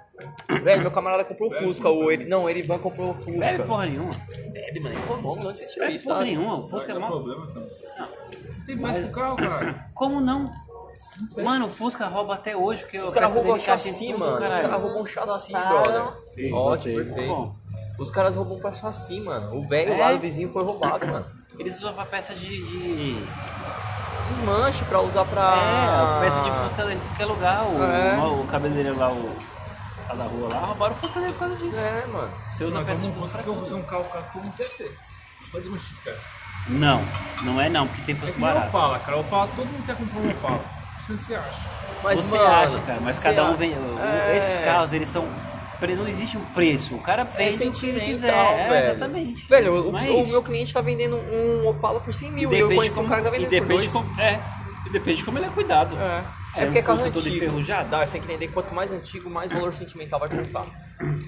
[SPEAKER 2] Velho, meu camarada comprou o Fusca. Ou ele... Não, ele vai comprou o Fusca.
[SPEAKER 3] Bebe porra nenhuma.
[SPEAKER 2] Bebe, mano. Pô, bom, onde
[SPEAKER 1] É,
[SPEAKER 2] você tirou
[SPEAKER 3] Bebe
[SPEAKER 2] isso,
[SPEAKER 3] porra
[SPEAKER 2] tá?
[SPEAKER 3] nenhuma. O
[SPEAKER 1] Fusca
[SPEAKER 3] Fusca
[SPEAKER 1] é
[SPEAKER 3] era
[SPEAKER 1] um
[SPEAKER 3] uma
[SPEAKER 1] problema, então. Não tem mais pro carro, cara.
[SPEAKER 3] Como não? Mano, o Fusca rouba até hoje, porque
[SPEAKER 2] Os
[SPEAKER 3] eu
[SPEAKER 2] caras
[SPEAKER 3] peço
[SPEAKER 2] roubam
[SPEAKER 3] dele caixa em
[SPEAKER 2] chassi,
[SPEAKER 3] tudo,
[SPEAKER 2] mano. Os
[SPEAKER 3] caralho.
[SPEAKER 2] caras roubam chassi,
[SPEAKER 5] Gostaram?
[SPEAKER 2] brother.
[SPEAKER 1] Sim,
[SPEAKER 2] Ótimo,
[SPEAKER 3] gostei.
[SPEAKER 2] perfeito.
[SPEAKER 3] Bom.
[SPEAKER 2] Os caras roubam pra chassi, mano. O velho
[SPEAKER 3] É?
[SPEAKER 2] lá, o vizinho, foi roubado, mano.
[SPEAKER 3] Eles usam pra peça de. de...
[SPEAKER 2] Desmanche pra usar pra...
[SPEAKER 3] É, peça de Fusca em qualquer lugar. O,
[SPEAKER 2] Ah. É.
[SPEAKER 3] o cabeleireiro lá, o. Lá da rua lá, roubaram o Fusca dele por causa disso.
[SPEAKER 2] É, mano.
[SPEAKER 3] Você usa
[SPEAKER 1] Mas
[SPEAKER 3] peça
[SPEAKER 1] eu
[SPEAKER 3] de
[SPEAKER 1] não
[SPEAKER 3] Fusca.
[SPEAKER 1] consigo
[SPEAKER 3] pra
[SPEAKER 1] que eu vou usar
[SPEAKER 3] tudo.
[SPEAKER 1] um carro, cara, como um TT. Mas uma chique peça.
[SPEAKER 3] Não, não é não, porque tem
[SPEAKER 1] É
[SPEAKER 3] Fusca
[SPEAKER 1] que nem o
[SPEAKER 3] barato.
[SPEAKER 1] Opala, cara. O Opala, todo mundo quer comprar um Opala. Isso você acha.
[SPEAKER 2] Mas,
[SPEAKER 3] você
[SPEAKER 2] mano,
[SPEAKER 3] acha, cara, mas
[SPEAKER 2] você
[SPEAKER 3] cada um
[SPEAKER 2] acha.
[SPEAKER 3] vem.
[SPEAKER 2] É.
[SPEAKER 3] Esses carros, eles são. pre- Não existe um preço. O cara vende o que ele
[SPEAKER 2] sentimental,
[SPEAKER 3] quiser.
[SPEAKER 2] velho.
[SPEAKER 3] É, exatamente. é
[SPEAKER 2] Velho, o, o-
[SPEAKER 3] Mas-
[SPEAKER 2] o meu cliente tá vendendo um Opala por 100 mil. E eu
[SPEAKER 3] depende
[SPEAKER 2] conheço um
[SPEAKER 3] como-
[SPEAKER 2] cara que tá
[SPEAKER 3] e
[SPEAKER 2] vendendo por
[SPEAKER 3] depende
[SPEAKER 2] dois.
[SPEAKER 3] como, É, e depende de como ele é cuidado.
[SPEAKER 2] É.
[SPEAKER 3] É,
[SPEAKER 2] É porque é
[SPEAKER 3] um
[SPEAKER 2] carro
[SPEAKER 3] Fusca todo
[SPEAKER 2] antigo.
[SPEAKER 3] enferrujado.
[SPEAKER 2] Dá, você tem que entender que quanto mais antigo, mais valor sentimental vai contar.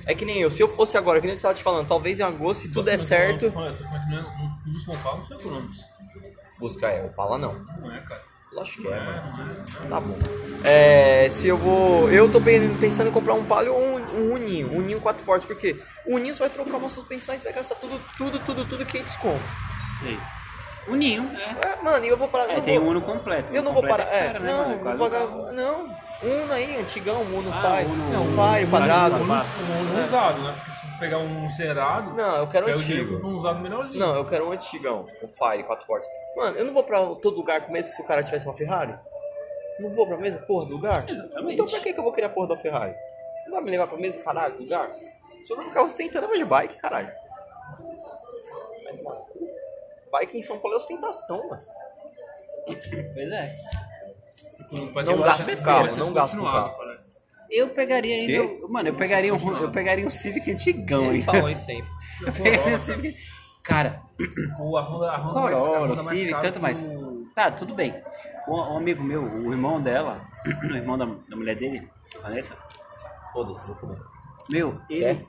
[SPEAKER 2] É que nem eu. Se eu fosse agora, que nem eu tava te falando, talvez em agosto, se tudo
[SPEAKER 1] Nossa,
[SPEAKER 2] der
[SPEAKER 1] mas eu não-
[SPEAKER 2] É certo...
[SPEAKER 1] Eu tô falando que não é- não fiz isso com o Opala, não são econômicos.
[SPEAKER 2] Fusca é, Opala não.
[SPEAKER 1] Não é, cara.
[SPEAKER 2] Lógico que é, mano.
[SPEAKER 1] Não é, não é.
[SPEAKER 2] Tá bom. É, se eu vou. Eu tô pen- pensando em comprar um Palio ou um, um Uninho. Um Uninho 4 portas, por quê? O Uninho só vai trocar uma suspensão e você vai gastar tudo, tudo, tudo, tudo que é desconto.
[SPEAKER 3] Sei. O ninho, é.
[SPEAKER 2] É, mano, e eu vou parar.
[SPEAKER 3] É,
[SPEAKER 2] não
[SPEAKER 3] tem
[SPEAKER 2] vou-
[SPEAKER 3] um ano completo.
[SPEAKER 2] Eu não vou
[SPEAKER 3] completo
[SPEAKER 2] parar.
[SPEAKER 3] é
[SPEAKER 2] É,
[SPEAKER 3] caro, né,
[SPEAKER 2] não,
[SPEAKER 3] mano? É
[SPEAKER 2] vou
[SPEAKER 3] quase
[SPEAKER 2] pagar.
[SPEAKER 3] um-
[SPEAKER 2] Não. Uno aí, antigão, Uno
[SPEAKER 3] Ah,
[SPEAKER 2] Fire.
[SPEAKER 3] Uno-
[SPEAKER 2] não,
[SPEAKER 3] Uno-
[SPEAKER 2] Fire, quadrado.
[SPEAKER 3] Uno- Uno-
[SPEAKER 1] Um usado, né? Porque se pegar um zerado.
[SPEAKER 2] Não, eu quero
[SPEAKER 1] pega o
[SPEAKER 2] antigo.
[SPEAKER 1] dinheiro pra Um usado melhorzinho.
[SPEAKER 2] Não, eu quero um antigão, o Fire 4 portas. Mano, eu não vou pra todo lugar com mesmo que se o cara tivesse uma Ferrari? Não vou pra mesmo porra do lugar?
[SPEAKER 3] Exatamente.
[SPEAKER 2] Então pra que que eu vou querer a porra da Ferrari? Não vai me levar pra mesmo caralho do lugar? Se eu não ficar ostentando, eu vou de bike, caralho. Bike em São Paulo é ostentação, mano.
[SPEAKER 3] Pois é.
[SPEAKER 1] Mas
[SPEAKER 2] Não
[SPEAKER 1] eu
[SPEAKER 2] gasto
[SPEAKER 1] acho
[SPEAKER 2] com
[SPEAKER 1] que
[SPEAKER 2] carro,
[SPEAKER 1] é
[SPEAKER 2] não
[SPEAKER 1] descontinuado,
[SPEAKER 2] gasto com carro.
[SPEAKER 1] parece.
[SPEAKER 3] Eu pegaria ainda. Mano, eu pegaria um, eu pegaria um Civic antigão, hein?
[SPEAKER 2] Eles falam isso É sempre.
[SPEAKER 3] Eu pegaria um Civic. Cara, é
[SPEAKER 1] Ou a Honda, a Honda mais cara, a
[SPEAKER 3] Corolla,
[SPEAKER 1] Honda
[SPEAKER 3] o
[SPEAKER 1] mais
[SPEAKER 3] Civic,
[SPEAKER 1] cara
[SPEAKER 3] tanto
[SPEAKER 1] que
[SPEAKER 3] Tá mais.
[SPEAKER 1] o-
[SPEAKER 3] Tá, tudo bem. Um, um amigo meu, o irmão dela, o irmão da, da mulher dele, Vanessa,
[SPEAKER 2] Foda-se, vou comer.
[SPEAKER 3] Meu, ele,
[SPEAKER 2] Quer?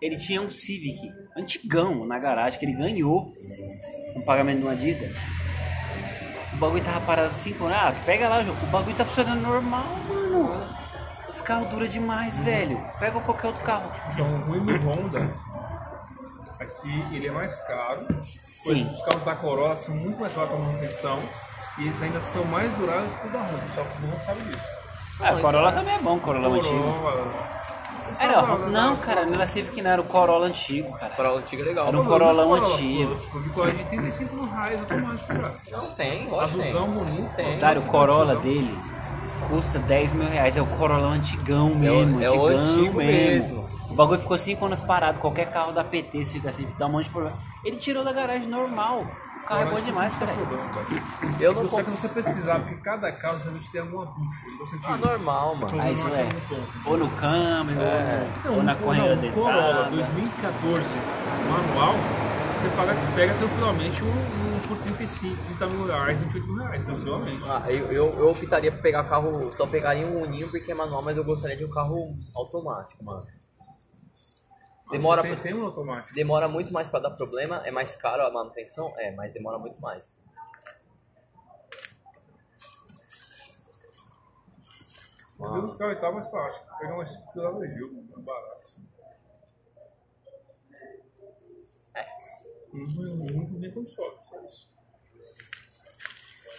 [SPEAKER 3] ele tinha um Civic antigão na garagem que ele ganhou um pagamento de uma dívida. O bagulho tava parado assim, quando, ah, pega lá, jogo. O bagulho tá funcionando normal, mano. Os carros duram demais, velho. Pega qualquer outro carro.
[SPEAKER 1] Então, o M Honda, aqui ele é mais caro.
[SPEAKER 3] Sim.
[SPEAKER 1] Os carros da Corolla são muito mais baratos para manutenção. E eles ainda são mais duráveis que o da Honda, só que o não sabe disso.
[SPEAKER 3] Ah, o Corolla também é bom, Corolla antigo.
[SPEAKER 1] Os
[SPEAKER 3] Era,
[SPEAKER 1] Corolla,
[SPEAKER 3] não, cara, não era Civic, não, era o Corolla antigo, cara.
[SPEAKER 2] Corolla antiga é legal.
[SPEAKER 3] Era um
[SPEAKER 1] Mano,
[SPEAKER 3] Corolla
[SPEAKER 1] eu vi
[SPEAKER 3] antigo.
[SPEAKER 1] pô. Eu vi Corolla de 35 no raio automático, cara.
[SPEAKER 2] Não tem, lógico que tem.
[SPEAKER 1] Azulzão bonito.
[SPEAKER 2] Tem.
[SPEAKER 3] Cara, o né? Corolla
[SPEAKER 1] Azulzão. é
[SPEAKER 3] dele custa 10 mil reais. É o Corolla antigão
[SPEAKER 2] É o-
[SPEAKER 3] mesmo.
[SPEAKER 2] é o
[SPEAKER 3] antigão
[SPEAKER 2] antigo mesmo.
[SPEAKER 3] O bagulho ficou 5 anos parado. Qualquer carro da PT, se fica assim, dá um monte de problema. Ele tirou da garagem normal. O carro é bom demais,
[SPEAKER 1] cara.
[SPEAKER 3] cara.
[SPEAKER 2] Eu não
[SPEAKER 1] Não
[SPEAKER 2] compro.
[SPEAKER 1] consegue você pesquisar, porque cada carro geralmente tem alguma bucha. Então você
[SPEAKER 2] Ah, normal, mano.
[SPEAKER 3] Ah, isso é. Ou no câmbio, ou, no- ou na correia
[SPEAKER 1] do
[SPEAKER 3] deitada.
[SPEAKER 1] um Corolla 2014, manual, você paga, pega tranquilamente um, um por 35, 30 mil reais, 28 mil reais, tranquilamente.
[SPEAKER 2] Ah, eu, eu, eu optaria por pegar carro. Só pegaria um Uninho porque é manual, mas eu gostaria de um carro automático, mano.
[SPEAKER 3] Ah,
[SPEAKER 2] Demora,
[SPEAKER 1] Você tem, tem um automático.
[SPEAKER 2] demora muito mais pra dar problema, é mais caro a manutenção? É, mas demora muito mais.
[SPEAKER 1] Você buscar o oitavo, você acha? Pegar uma escuta da Legio, é barato. É. Muito, muito bem console, só é isso.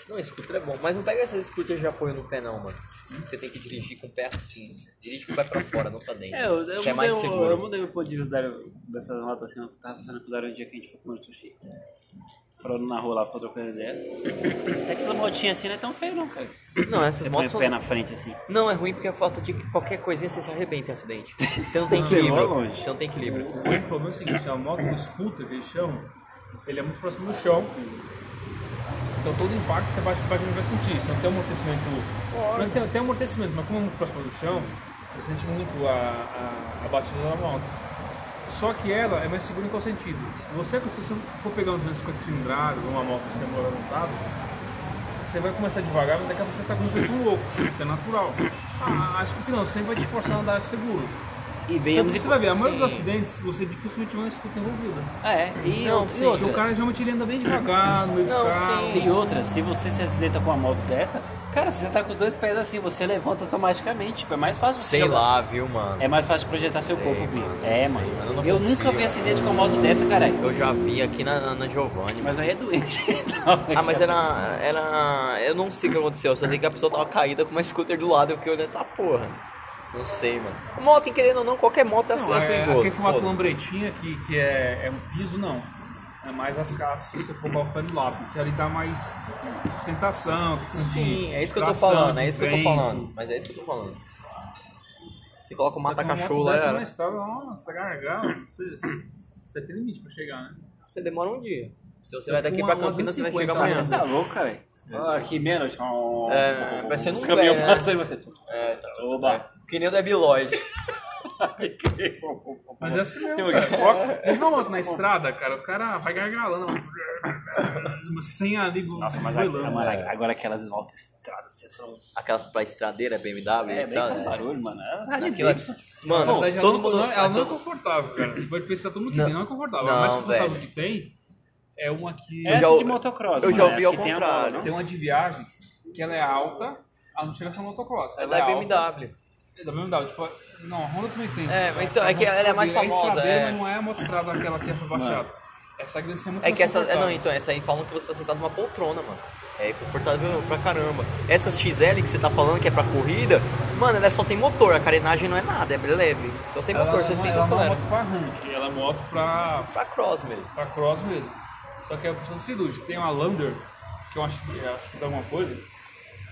[SPEAKER 2] Não, scooter é bom, mas não pega esses scooters de apoio no pé, não, mano. Você tem que dirigir com o pé assim. Dirige com o pé pra fora, não pra dentro.
[SPEAKER 3] É, eu, eu,
[SPEAKER 2] que
[SPEAKER 3] mudei,
[SPEAKER 2] é mais
[SPEAKER 3] o-
[SPEAKER 2] seguro.
[SPEAKER 3] eu mudei meu ponto de vista da- dessa nota assim, eu tava pensando que daria um dia que a gente foi comer sushi. Parando na rua lá pra trocar ideia. É que essas motinhas assim não é tão feio não, cara.
[SPEAKER 2] Não, essas
[SPEAKER 3] Você põe
[SPEAKER 2] motos
[SPEAKER 3] o
[SPEAKER 2] são...
[SPEAKER 3] pé na frente assim.
[SPEAKER 2] Não, é ruim porque a falta de qualquer coisinha você se arrebenta em acidente. Você não tem
[SPEAKER 3] Você
[SPEAKER 2] equilíbrio.
[SPEAKER 3] voa longe.
[SPEAKER 2] Você não tem equilíbrio.
[SPEAKER 1] O grande problema é o seguinte, a moto do scooter que eles chamam, ele é muito próximo do chão. Então todo impacto você bate, bate não vai sentir. Você não Então, tem um amortecimento. Não tem, tem amortecimento, mas como é muito próximo do chão, você sente muito a, a, a batida da moto. Só que ela é mais segura em qual sentido? Você, se você for pegar um 250 cilindradas, uma moto que você mora montado, você vai começar devagar, mas daqui a pouco você tá com um vento louco, que é natural. Ah, acho que não, sempre vai te forçar a andar seguro.
[SPEAKER 3] E
[SPEAKER 1] Então,
[SPEAKER 3] venhamos
[SPEAKER 1] você
[SPEAKER 3] e-
[SPEAKER 1] vai ver, a maioria dos
[SPEAKER 2] Sim.
[SPEAKER 1] acidentes, você dificilmente vai na escuta envolvida.
[SPEAKER 3] Ah, é. E,
[SPEAKER 2] Não,
[SPEAKER 3] e
[SPEAKER 2] sim,
[SPEAKER 3] outra.
[SPEAKER 1] O cara geralmente ele anda bem devagar, no meio do
[SPEAKER 2] Não,
[SPEAKER 1] carro.
[SPEAKER 2] sim.
[SPEAKER 3] E outra, se você se acidenta com uma moto dessa, cara, você já tá com os dois pés assim, você levanta automaticamente. Tipo, é mais fácil você
[SPEAKER 2] Sei
[SPEAKER 3] jogar-
[SPEAKER 2] lá, viu, mano.
[SPEAKER 3] É mais fácil projetar seu
[SPEAKER 2] Sei,
[SPEAKER 3] corpo, Bi.
[SPEAKER 2] mano,
[SPEAKER 3] É,
[SPEAKER 2] sei,
[SPEAKER 3] mano.
[SPEAKER 2] mano, eu não
[SPEAKER 3] Eu
[SPEAKER 2] confio.
[SPEAKER 3] nunca vi acidente com uma moto dessa, caralho.
[SPEAKER 2] Eu já vi aqui na Ana Giovanni.
[SPEAKER 3] Mas aí é doente. então.
[SPEAKER 2] Ah, mas era, era. Eu não sei o que aconteceu. Eu só sei que a pessoa tava caída com uma scooter do lado. Eu fiquei olhando, tá porra. Não sei, mano. Moto, querendo ou não, qualquer moto é assim,
[SPEAKER 1] Não,
[SPEAKER 2] é
[SPEAKER 1] é,
[SPEAKER 2] perigoso.
[SPEAKER 1] aquele formato
[SPEAKER 2] foda-se.
[SPEAKER 1] lambretinha aqui, que é, é um piso, não. É mais as casas, se você pôr o pé no lápis, que ali dá mais sustentação. questão de
[SPEAKER 2] Sim, é isso que eu tô
[SPEAKER 1] tração,
[SPEAKER 2] falando, é
[SPEAKER 1] de
[SPEAKER 2] isso que eu tô
[SPEAKER 1] vento.
[SPEAKER 2] falando. Mas é isso que eu tô falando. Você coloca o
[SPEAKER 1] Uma
[SPEAKER 2] mata-cachorro
[SPEAKER 1] moto
[SPEAKER 2] lá,
[SPEAKER 1] dessa é na
[SPEAKER 2] cara,
[SPEAKER 1] estrada, nossa, gargalo, você, você tem limite pra chegar, né?
[SPEAKER 2] você demora um dia. Se você vai daqui
[SPEAKER 1] uma-
[SPEAKER 2] pra
[SPEAKER 1] uma
[SPEAKER 2] Campinas, você vai
[SPEAKER 1] 250,
[SPEAKER 2] chegar
[SPEAKER 1] né?
[SPEAKER 3] Você
[SPEAKER 2] amanhã.
[SPEAKER 3] tá louco, cara? Ah, que menos.
[SPEAKER 2] É, parecendo um
[SPEAKER 3] Os caminhões
[SPEAKER 2] velho, né?
[SPEAKER 3] passando e você.
[SPEAKER 2] É, tá.
[SPEAKER 3] Oba.
[SPEAKER 2] Que nem o Debbie Lloyd.
[SPEAKER 1] Mas é assim mesmo,
[SPEAKER 3] Eu-
[SPEAKER 1] cara. Já viu uma moto na estrada, cara? O cara vai gargalando, mas sem ali,
[SPEAKER 3] Nossa, mas é
[SPEAKER 1] boilando.
[SPEAKER 3] agora, mano, agora aquelas autoestradas, você são.
[SPEAKER 2] Aquelas pra estradeira, BMW,
[SPEAKER 3] É, bem faz
[SPEAKER 2] sabe?
[SPEAKER 3] barulho, mano. As Harley
[SPEAKER 2] Aquilo é-
[SPEAKER 3] Davidson.
[SPEAKER 2] Mano,
[SPEAKER 1] Na verdade,
[SPEAKER 2] todo
[SPEAKER 1] ela não-
[SPEAKER 2] mundo.
[SPEAKER 1] não- ela
[SPEAKER 2] mas
[SPEAKER 1] não é
[SPEAKER 2] todo-
[SPEAKER 1] confortável, cara. Você pode pensar todo mundo que
[SPEAKER 2] Não.
[SPEAKER 1] tem, não é confortável.
[SPEAKER 2] Não,
[SPEAKER 1] a mais confortável
[SPEAKER 2] velho.
[SPEAKER 1] que tem é uma que.
[SPEAKER 3] Essa
[SPEAKER 2] já-
[SPEAKER 3] de motocross.
[SPEAKER 2] eu já
[SPEAKER 3] mano,
[SPEAKER 2] ouvi
[SPEAKER 3] essa
[SPEAKER 2] ao
[SPEAKER 3] que tem a né?
[SPEAKER 2] contrário.
[SPEAKER 3] bola, não?
[SPEAKER 1] Tem uma de viagem que ela é alta, ela não chega a ser motocross. Ela,
[SPEAKER 2] Ela é
[SPEAKER 1] alta,
[SPEAKER 2] BMW.
[SPEAKER 1] é da BMW. Tipo, não, a Honda também tem.
[SPEAKER 2] É,
[SPEAKER 1] Ela
[SPEAKER 2] então, é
[SPEAKER 1] faz
[SPEAKER 2] que
[SPEAKER 1] uma
[SPEAKER 2] ela é mais
[SPEAKER 1] estradeira,
[SPEAKER 2] famosa,
[SPEAKER 1] estradeira,
[SPEAKER 2] é.
[SPEAKER 1] mas não é a motostrada aquela que é rebaixada. Essa grande é muito
[SPEAKER 2] É que
[SPEAKER 1] mais
[SPEAKER 2] essa. é, Não,
[SPEAKER 1] confortável.
[SPEAKER 2] então, essa aí falam que você tá sentado numa poltrona, mano. É confortável pra caramba. Essa XL que você tá falando que é pra corrida, mano, ela só tem motor. A carenagem não é nada, é leve. Só tem motor,
[SPEAKER 1] ela,
[SPEAKER 2] você
[SPEAKER 1] não é-
[SPEAKER 2] senta e
[SPEAKER 1] ela não é
[SPEAKER 2] um acelera.
[SPEAKER 1] moto pra arranque, ela é moto pra,
[SPEAKER 2] Pra cross mesmo.
[SPEAKER 1] pra cross mesmo. Só que é opção cirúrgica. Tem uma Lander, que eu acho, eu acho que dá alguma coisa,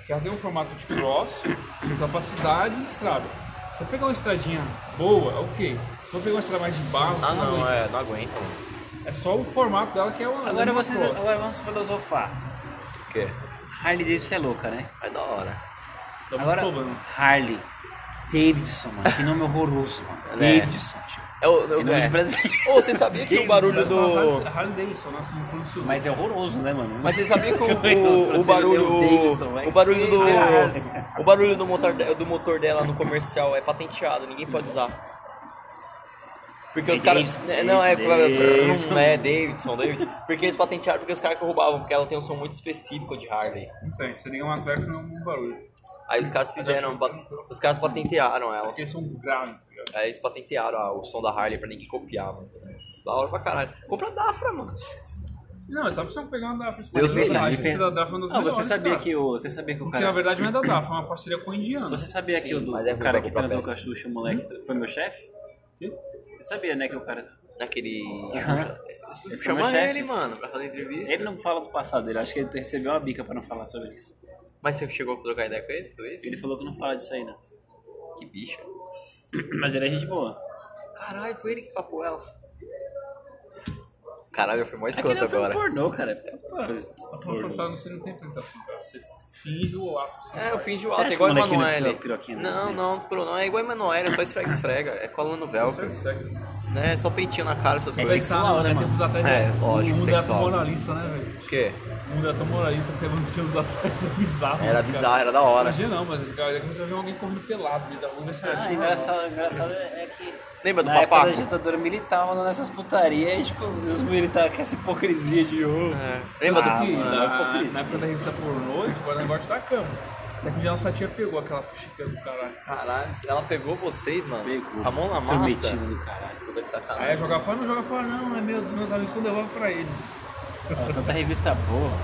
[SPEAKER 1] que ela tem um formato de cross, sem capacidade e estrada. Se você pegar uma estradinha boa, ok. Se for pegar uma estrada mais de barro, você
[SPEAKER 2] Ah, não,
[SPEAKER 1] aguenta.
[SPEAKER 2] é, não aguenta, mano.
[SPEAKER 1] é. só o formato dela que é uma.
[SPEAKER 3] Agora,
[SPEAKER 1] uma
[SPEAKER 3] vocês,
[SPEAKER 1] cross.
[SPEAKER 3] agora vamos filosofar.
[SPEAKER 2] O quê?
[SPEAKER 3] Harley Davidson é louca, né?
[SPEAKER 2] É da hora.
[SPEAKER 1] Dá Tá muito
[SPEAKER 3] Agora,
[SPEAKER 1] problema.
[SPEAKER 3] Harley. Davidson, mano. Que nome horroroso, mano.
[SPEAKER 2] É.
[SPEAKER 3] Davidson, tipo.
[SPEAKER 2] É o. É
[SPEAKER 3] É nome de brasileiro.
[SPEAKER 2] Ô, você sabia que o barulho do.
[SPEAKER 1] A Harley Davidson, né? Assim, nossa, me influenciou.
[SPEAKER 3] Mas é horroroso, né, mano?
[SPEAKER 2] Mas você sabia que
[SPEAKER 3] Como é que os
[SPEAKER 2] o- o, o
[SPEAKER 3] brasileiros
[SPEAKER 2] barulho.
[SPEAKER 3] deu o Davidson, vai
[SPEAKER 2] O barulho
[SPEAKER 3] ser
[SPEAKER 2] do.
[SPEAKER 3] errado.
[SPEAKER 2] O barulho do motor, de- do motor dela no comercial é patenteado, ninguém pode usar. Porque os caras.
[SPEAKER 3] Davidson,
[SPEAKER 2] Não, é.
[SPEAKER 3] Davidson.
[SPEAKER 2] É, Davidson, Davidson. Porque eles patentearam porque os caras que roubavam, porque ela tem um som muito específico de Harley.
[SPEAKER 1] Então, você liga um atleta não é um barulho.
[SPEAKER 2] Aí os caras fizeram. pa- Os caras patentearam ela.
[SPEAKER 1] Porque eles são graves, tá ligado?
[SPEAKER 2] Aí eles patentearam ah, o som da Harley pra ninguém copiar, mano. Da hora pra caralho. Compra a Dafra, mano.
[SPEAKER 1] Não, é só pra você pegar uma DAF.
[SPEAKER 2] Deus me
[SPEAKER 1] Eu
[SPEAKER 2] livre.
[SPEAKER 1] acho que da DAF é uma das
[SPEAKER 3] Não, você
[SPEAKER 1] melhores,
[SPEAKER 3] sabia
[SPEAKER 1] cara.
[SPEAKER 3] que o. Você sabia que o
[SPEAKER 1] Porque na
[SPEAKER 3] cara.
[SPEAKER 1] verdade não é da DAF, é uma parceria com o indiano.
[SPEAKER 3] Você sabia que
[SPEAKER 2] Sim,
[SPEAKER 3] o, do,
[SPEAKER 2] mas é
[SPEAKER 3] o cara que
[SPEAKER 2] culpa da
[SPEAKER 3] transou com a
[SPEAKER 2] peça.
[SPEAKER 3] Xuxa, o moleque,
[SPEAKER 1] Hum?
[SPEAKER 3] foi meu chefe?
[SPEAKER 1] Quê?
[SPEAKER 3] Você sabia, né, que o cara.
[SPEAKER 2] Naquele.
[SPEAKER 3] Ele foi meu
[SPEAKER 2] Chama
[SPEAKER 3] chefe.
[SPEAKER 2] ele, mano, pra fazer entrevista.
[SPEAKER 3] Ele não fala do passado dele, acho que ele recebeu uma bica pra não falar sobre isso.
[SPEAKER 2] Mas você chegou a trocar ideia com ele? sobre isso?
[SPEAKER 3] Ele falou que não fala disso aí, não.
[SPEAKER 2] Que bicha.
[SPEAKER 3] Mas ele é gente boa.
[SPEAKER 2] Caralho, foi ele que papou ela. Caralho, eu fui mó
[SPEAKER 3] Aquele
[SPEAKER 2] escroto
[SPEAKER 3] é um filme
[SPEAKER 2] agora.
[SPEAKER 3] pornô, cara.
[SPEAKER 1] A prostituição você não tem tentação, cara. Você finge o ato. assim.
[SPEAKER 2] É, eu fingi o
[SPEAKER 3] Você
[SPEAKER 2] alto,
[SPEAKER 3] acha
[SPEAKER 2] é igual
[SPEAKER 3] que o molequinho não
[SPEAKER 2] Emanuele.
[SPEAKER 3] furou a piroquinha dele?
[SPEAKER 2] Não, não, furou não. É igual Emanuele, é só esfrega, esfrega. É cola no velcro.
[SPEAKER 1] Segue, segue.
[SPEAKER 2] Né? É só peitinho na cara, essas
[SPEAKER 3] É
[SPEAKER 2] coisas.
[SPEAKER 3] sexual,
[SPEAKER 1] Pensaram,
[SPEAKER 3] né, mano?
[SPEAKER 1] tá Tempos atrás,
[SPEAKER 2] É,
[SPEAKER 1] né?
[SPEAKER 2] lógico,
[SPEAKER 1] o mundo era tão
[SPEAKER 2] sexual.
[SPEAKER 1] moralista, né, velho?
[SPEAKER 2] O quê?
[SPEAKER 1] O mundo era tão moralista, até uns tempos atrás, é bizarro.
[SPEAKER 2] Era
[SPEAKER 1] cara.
[SPEAKER 2] bizarro, né? era da hora.
[SPEAKER 1] Hoje não, mas cara, é quando você vê alguém correndo pelado, me dá um nesse
[SPEAKER 3] Ah, engraçado, engraçado é que.
[SPEAKER 2] Lembra Tá do
[SPEAKER 3] na época
[SPEAKER 2] papaco?
[SPEAKER 3] da ditadura militar rolando essas putarias, e, tipo, os militares com essa hipocrisia de ouro.
[SPEAKER 2] É. Lembra do
[SPEAKER 3] Ah,
[SPEAKER 1] Que
[SPEAKER 3] mano, é
[SPEAKER 1] na,
[SPEAKER 3] hipocrisia.
[SPEAKER 1] na época da revista pornô, tipo, era negócio da cama. um Daqui já nossa tia pegou aquela fuxica do caralho.
[SPEAKER 2] Caralho, ela pegou vocês, mano.
[SPEAKER 3] Pegou.
[SPEAKER 2] Com a Tá mão na massa.
[SPEAKER 3] Prometido do caralho.
[SPEAKER 2] Puta que
[SPEAKER 1] Aí ia
[SPEAKER 2] sacanagem.
[SPEAKER 1] jogar fora, não joga fora, não, é meu, dos meus amigos, então devolve pra eles.
[SPEAKER 3] Ó, Tanta revista boa.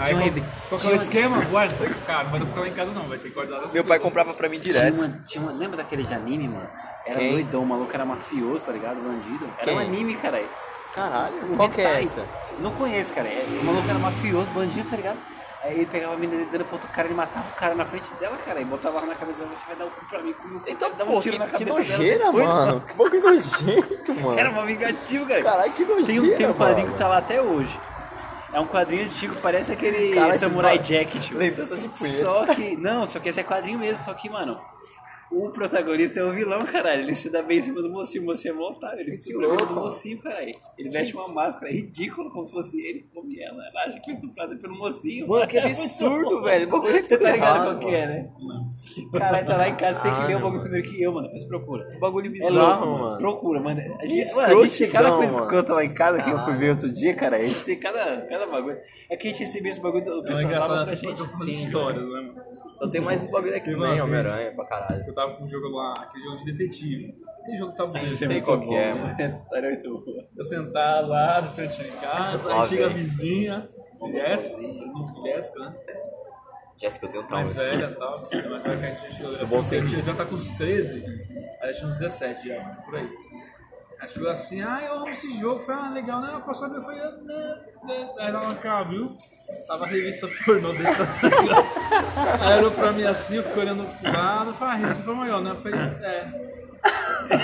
[SPEAKER 1] Aí
[SPEAKER 3] Tinha uma
[SPEAKER 2] um
[SPEAKER 1] qual-
[SPEAKER 3] revi-
[SPEAKER 1] qual que
[SPEAKER 3] tinha um-
[SPEAKER 1] é o
[SPEAKER 3] uma-
[SPEAKER 1] esquema? Guarda, cara, não vai ficar lá em casa não, vai ter que guardar assim, né? na
[SPEAKER 2] Meu
[SPEAKER 1] sua.
[SPEAKER 2] pai comprava pra mim
[SPEAKER 3] Tinha
[SPEAKER 2] direto.
[SPEAKER 3] uma, tinha uma- lembra daquele de anime, mano? Era
[SPEAKER 2] Quem?
[SPEAKER 3] doidão, o maluco era mafioso, tá ligado? Bandido. Era
[SPEAKER 2] Quem?
[SPEAKER 3] um anime, caralho.
[SPEAKER 2] Caralho,
[SPEAKER 3] Um
[SPEAKER 2] qual que é
[SPEAKER 3] hentai.
[SPEAKER 2] essa?
[SPEAKER 3] Não conheço, cara. É, O maluco era mafioso, bandido, tá ligado? Aí ele pegava a menina dele, dando pro outro cara, ele matava o cara na frente dela, cara, e botava ela na cabeça dela, você vai dar o cu um pra mim, comigo.
[SPEAKER 2] Então,
[SPEAKER 3] dava
[SPEAKER 2] pô, que, que nojeira,
[SPEAKER 3] depois,
[SPEAKER 2] mano. Que bagulho nojento, mano.
[SPEAKER 3] Era uma vingativa, cara.
[SPEAKER 2] Caralho, que
[SPEAKER 3] Tem um,
[SPEAKER 2] nojeira,
[SPEAKER 3] tem um quadrinho
[SPEAKER 2] mano.
[SPEAKER 3] que tá lá até hoje. É um quadrinho antigo, parece aquele
[SPEAKER 2] Cara, esses
[SPEAKER 3] Samurai
[SPEAKER 2] ba-
[SPEAKER 3] Jack, tio.
[SPEAKER 2] Lembranças de punheta.
[SPEAKER 3] Só que, não, só que esse é quadrinho mesmo, só que, mano, o protagonista é um vilão, caralho. Ele se dá bem em cima do mocinho, o mocinho é mó otário. Ele se dá
[SPEAKER 2] louco,
[SPEAKER 3] do
[SPEAKER 2] mano.
[SPEAKER 3] mocinho, caralho. Ele veste uma máscara, é ridículo, como se fosse ele come ela. Ela acha que foi estuprada pelo mocinho.
[SPEAKER 2] Mano, que
[SPEAKER 3] É muito
[SPEAKER 2] absurdo,
[SPEAKER 3] bom.
[SPEAKER 2] velho. O bagulho é
[SPEAKER 3] Você
[SPEAKER 2] tudo
[SPEAKER 3] tá ligado
[SPEAKER 2] errado,
[SPEAKER 3] qual que é, né? Caralho, tá lá em casa, você
[SPEAKER 2] Ah,
[SPEAKER 3] que leu o bagulho primeiro que eu, mano. Mas procura.
[SPEAKER 2] Bagulho
[SPEAKER 3] É
[SPEAKER 2] bizarro,
[SPEAKER 3] louco, mano.
[SPEAKER 2] mano.
[SPEAKER 3] Procura, mano. A gente,
[SPEAKER 2] Que
[SPEAKER 3] mano, a gente tem
[SPEAKER 2] escrotidão,
[SPEAKER 3] cada coisa
[SPEAKER 2] mano.
[SPEAKER 3] escrota lá em casa que eu fui ver outro dia, cara. A gente tem cada, cada bagulho. É que a gente recebeu esse bagulho do
[SPEAKER 1] É uma
[SPEAKER 3] pessoal dava
[SPEAKER 1] engraçada
[SPEAKER 3] pra
[SPEAKER 1] tipo,
[SPEAKER 3] gente.
[SPEAKER 1] contando histórias, né, mano?
[SPEAKER 2] Eu tenho mais esse bagulho da X-Men,
[SPEAKER 1] Tem uma
[SPEAKER 2] Homem-Aranha, pra caralho.
[SPEAKER 1] Eu tava com um jogo lá, aquele jogo de detetive. Aquele jogo que tá bom.
[SPEAKER 2] Sim,
[SPEAKER 1] né?
[SPEAKER 2] sei qual que é, mano.
[SPEAKER 3] Essa história é muito boa.
[SPEAKER 1] Eu sentado lá no frente de casa,
[SPEAKER 2] Ó,
[SPEAKER 1] aí chega a
[SPEAKER 2] velho.
[SPEAKER 1] vizinha, Jéssica, não, Jéssica, né?
[SPEAKER 2] Jéssica, eu tenho trauma.
[SPEAKER 1] Mais
[SPEAKER 2] assim.
[SPEAKER 1] velha e tal, mas ela que a gente chegou.
[SPEAKER 2] bom
[SPEAKER 1] ela
[SPEAKER 2] sentido.
[SPEAKER 1] já tá com uns 13, ela tinha uns 17 já, por aí. Ela chegou assim, ah, eu amo esse jogo, foi ah, legal, né? Eu posso saber, eu falei, ah, né, né. aí ela cá, viu? Tava a revista pornô dentro da Aí olhou pra mim assim, eu fiquei olhando pro lado, eu falei, ah, a revista foi maior, né? Eu falei, é.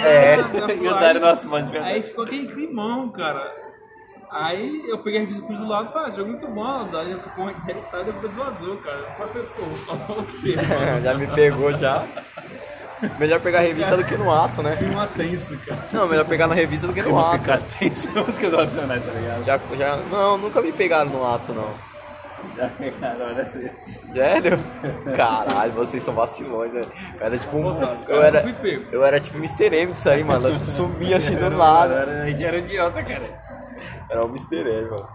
[SPEAKER 2] É.
[SPEAKER 1] Ela falou, "Ah,
[SPEAKER 3] E o Dário,
[SPEAKER 1] "Aí,
[SPEAKER 3] nossa, mas verdade.
[SPEAKER 1] Aí ficou aquele climão, cara. Aí eu peguei a revista por do lado e falei, ah, jogo muito bom, daí eu tô com uma ideia e tal, e depois vazou, cara. Eu falei, pô, vou falar o quê? mano?
[SPEAKER 2] já me pegou já. Melhor pegar a revista do que no ato, né?
[SPEAKER 1] Fui uma tenso, cara.
[SPEAKER 2] Não, melhor pegar na revista do que no
[SPEAKER 3] Eu vou
[SPEAKER 2] ato.
[SPEAKER 3] ficar tenso na música do Racionais, tá ligado?
[SPEAKER 2] Já, já, não, nunca me pegaram no ato, não.
[SPEAKER 3] Cara, olha isso.
[SPEAKER 2] Sério? Caralho, vocês são vacilões, velho. Eu era tipo um.
[SPEAKER 1] Cara,
[SPEAKER 2] Eu era,
[SPEAKER 1] fui pego.
[SPEAKER 2] eu era tipo Mr. M disso aí, mano. Eu sumia assim do
[SPEAKER 3] Cara,
[SPEAKER 2] nada.
[SPEAKER 3] era- a gente era idiota, cara.
[SPEAKER 2] Era o Mr. M, mano.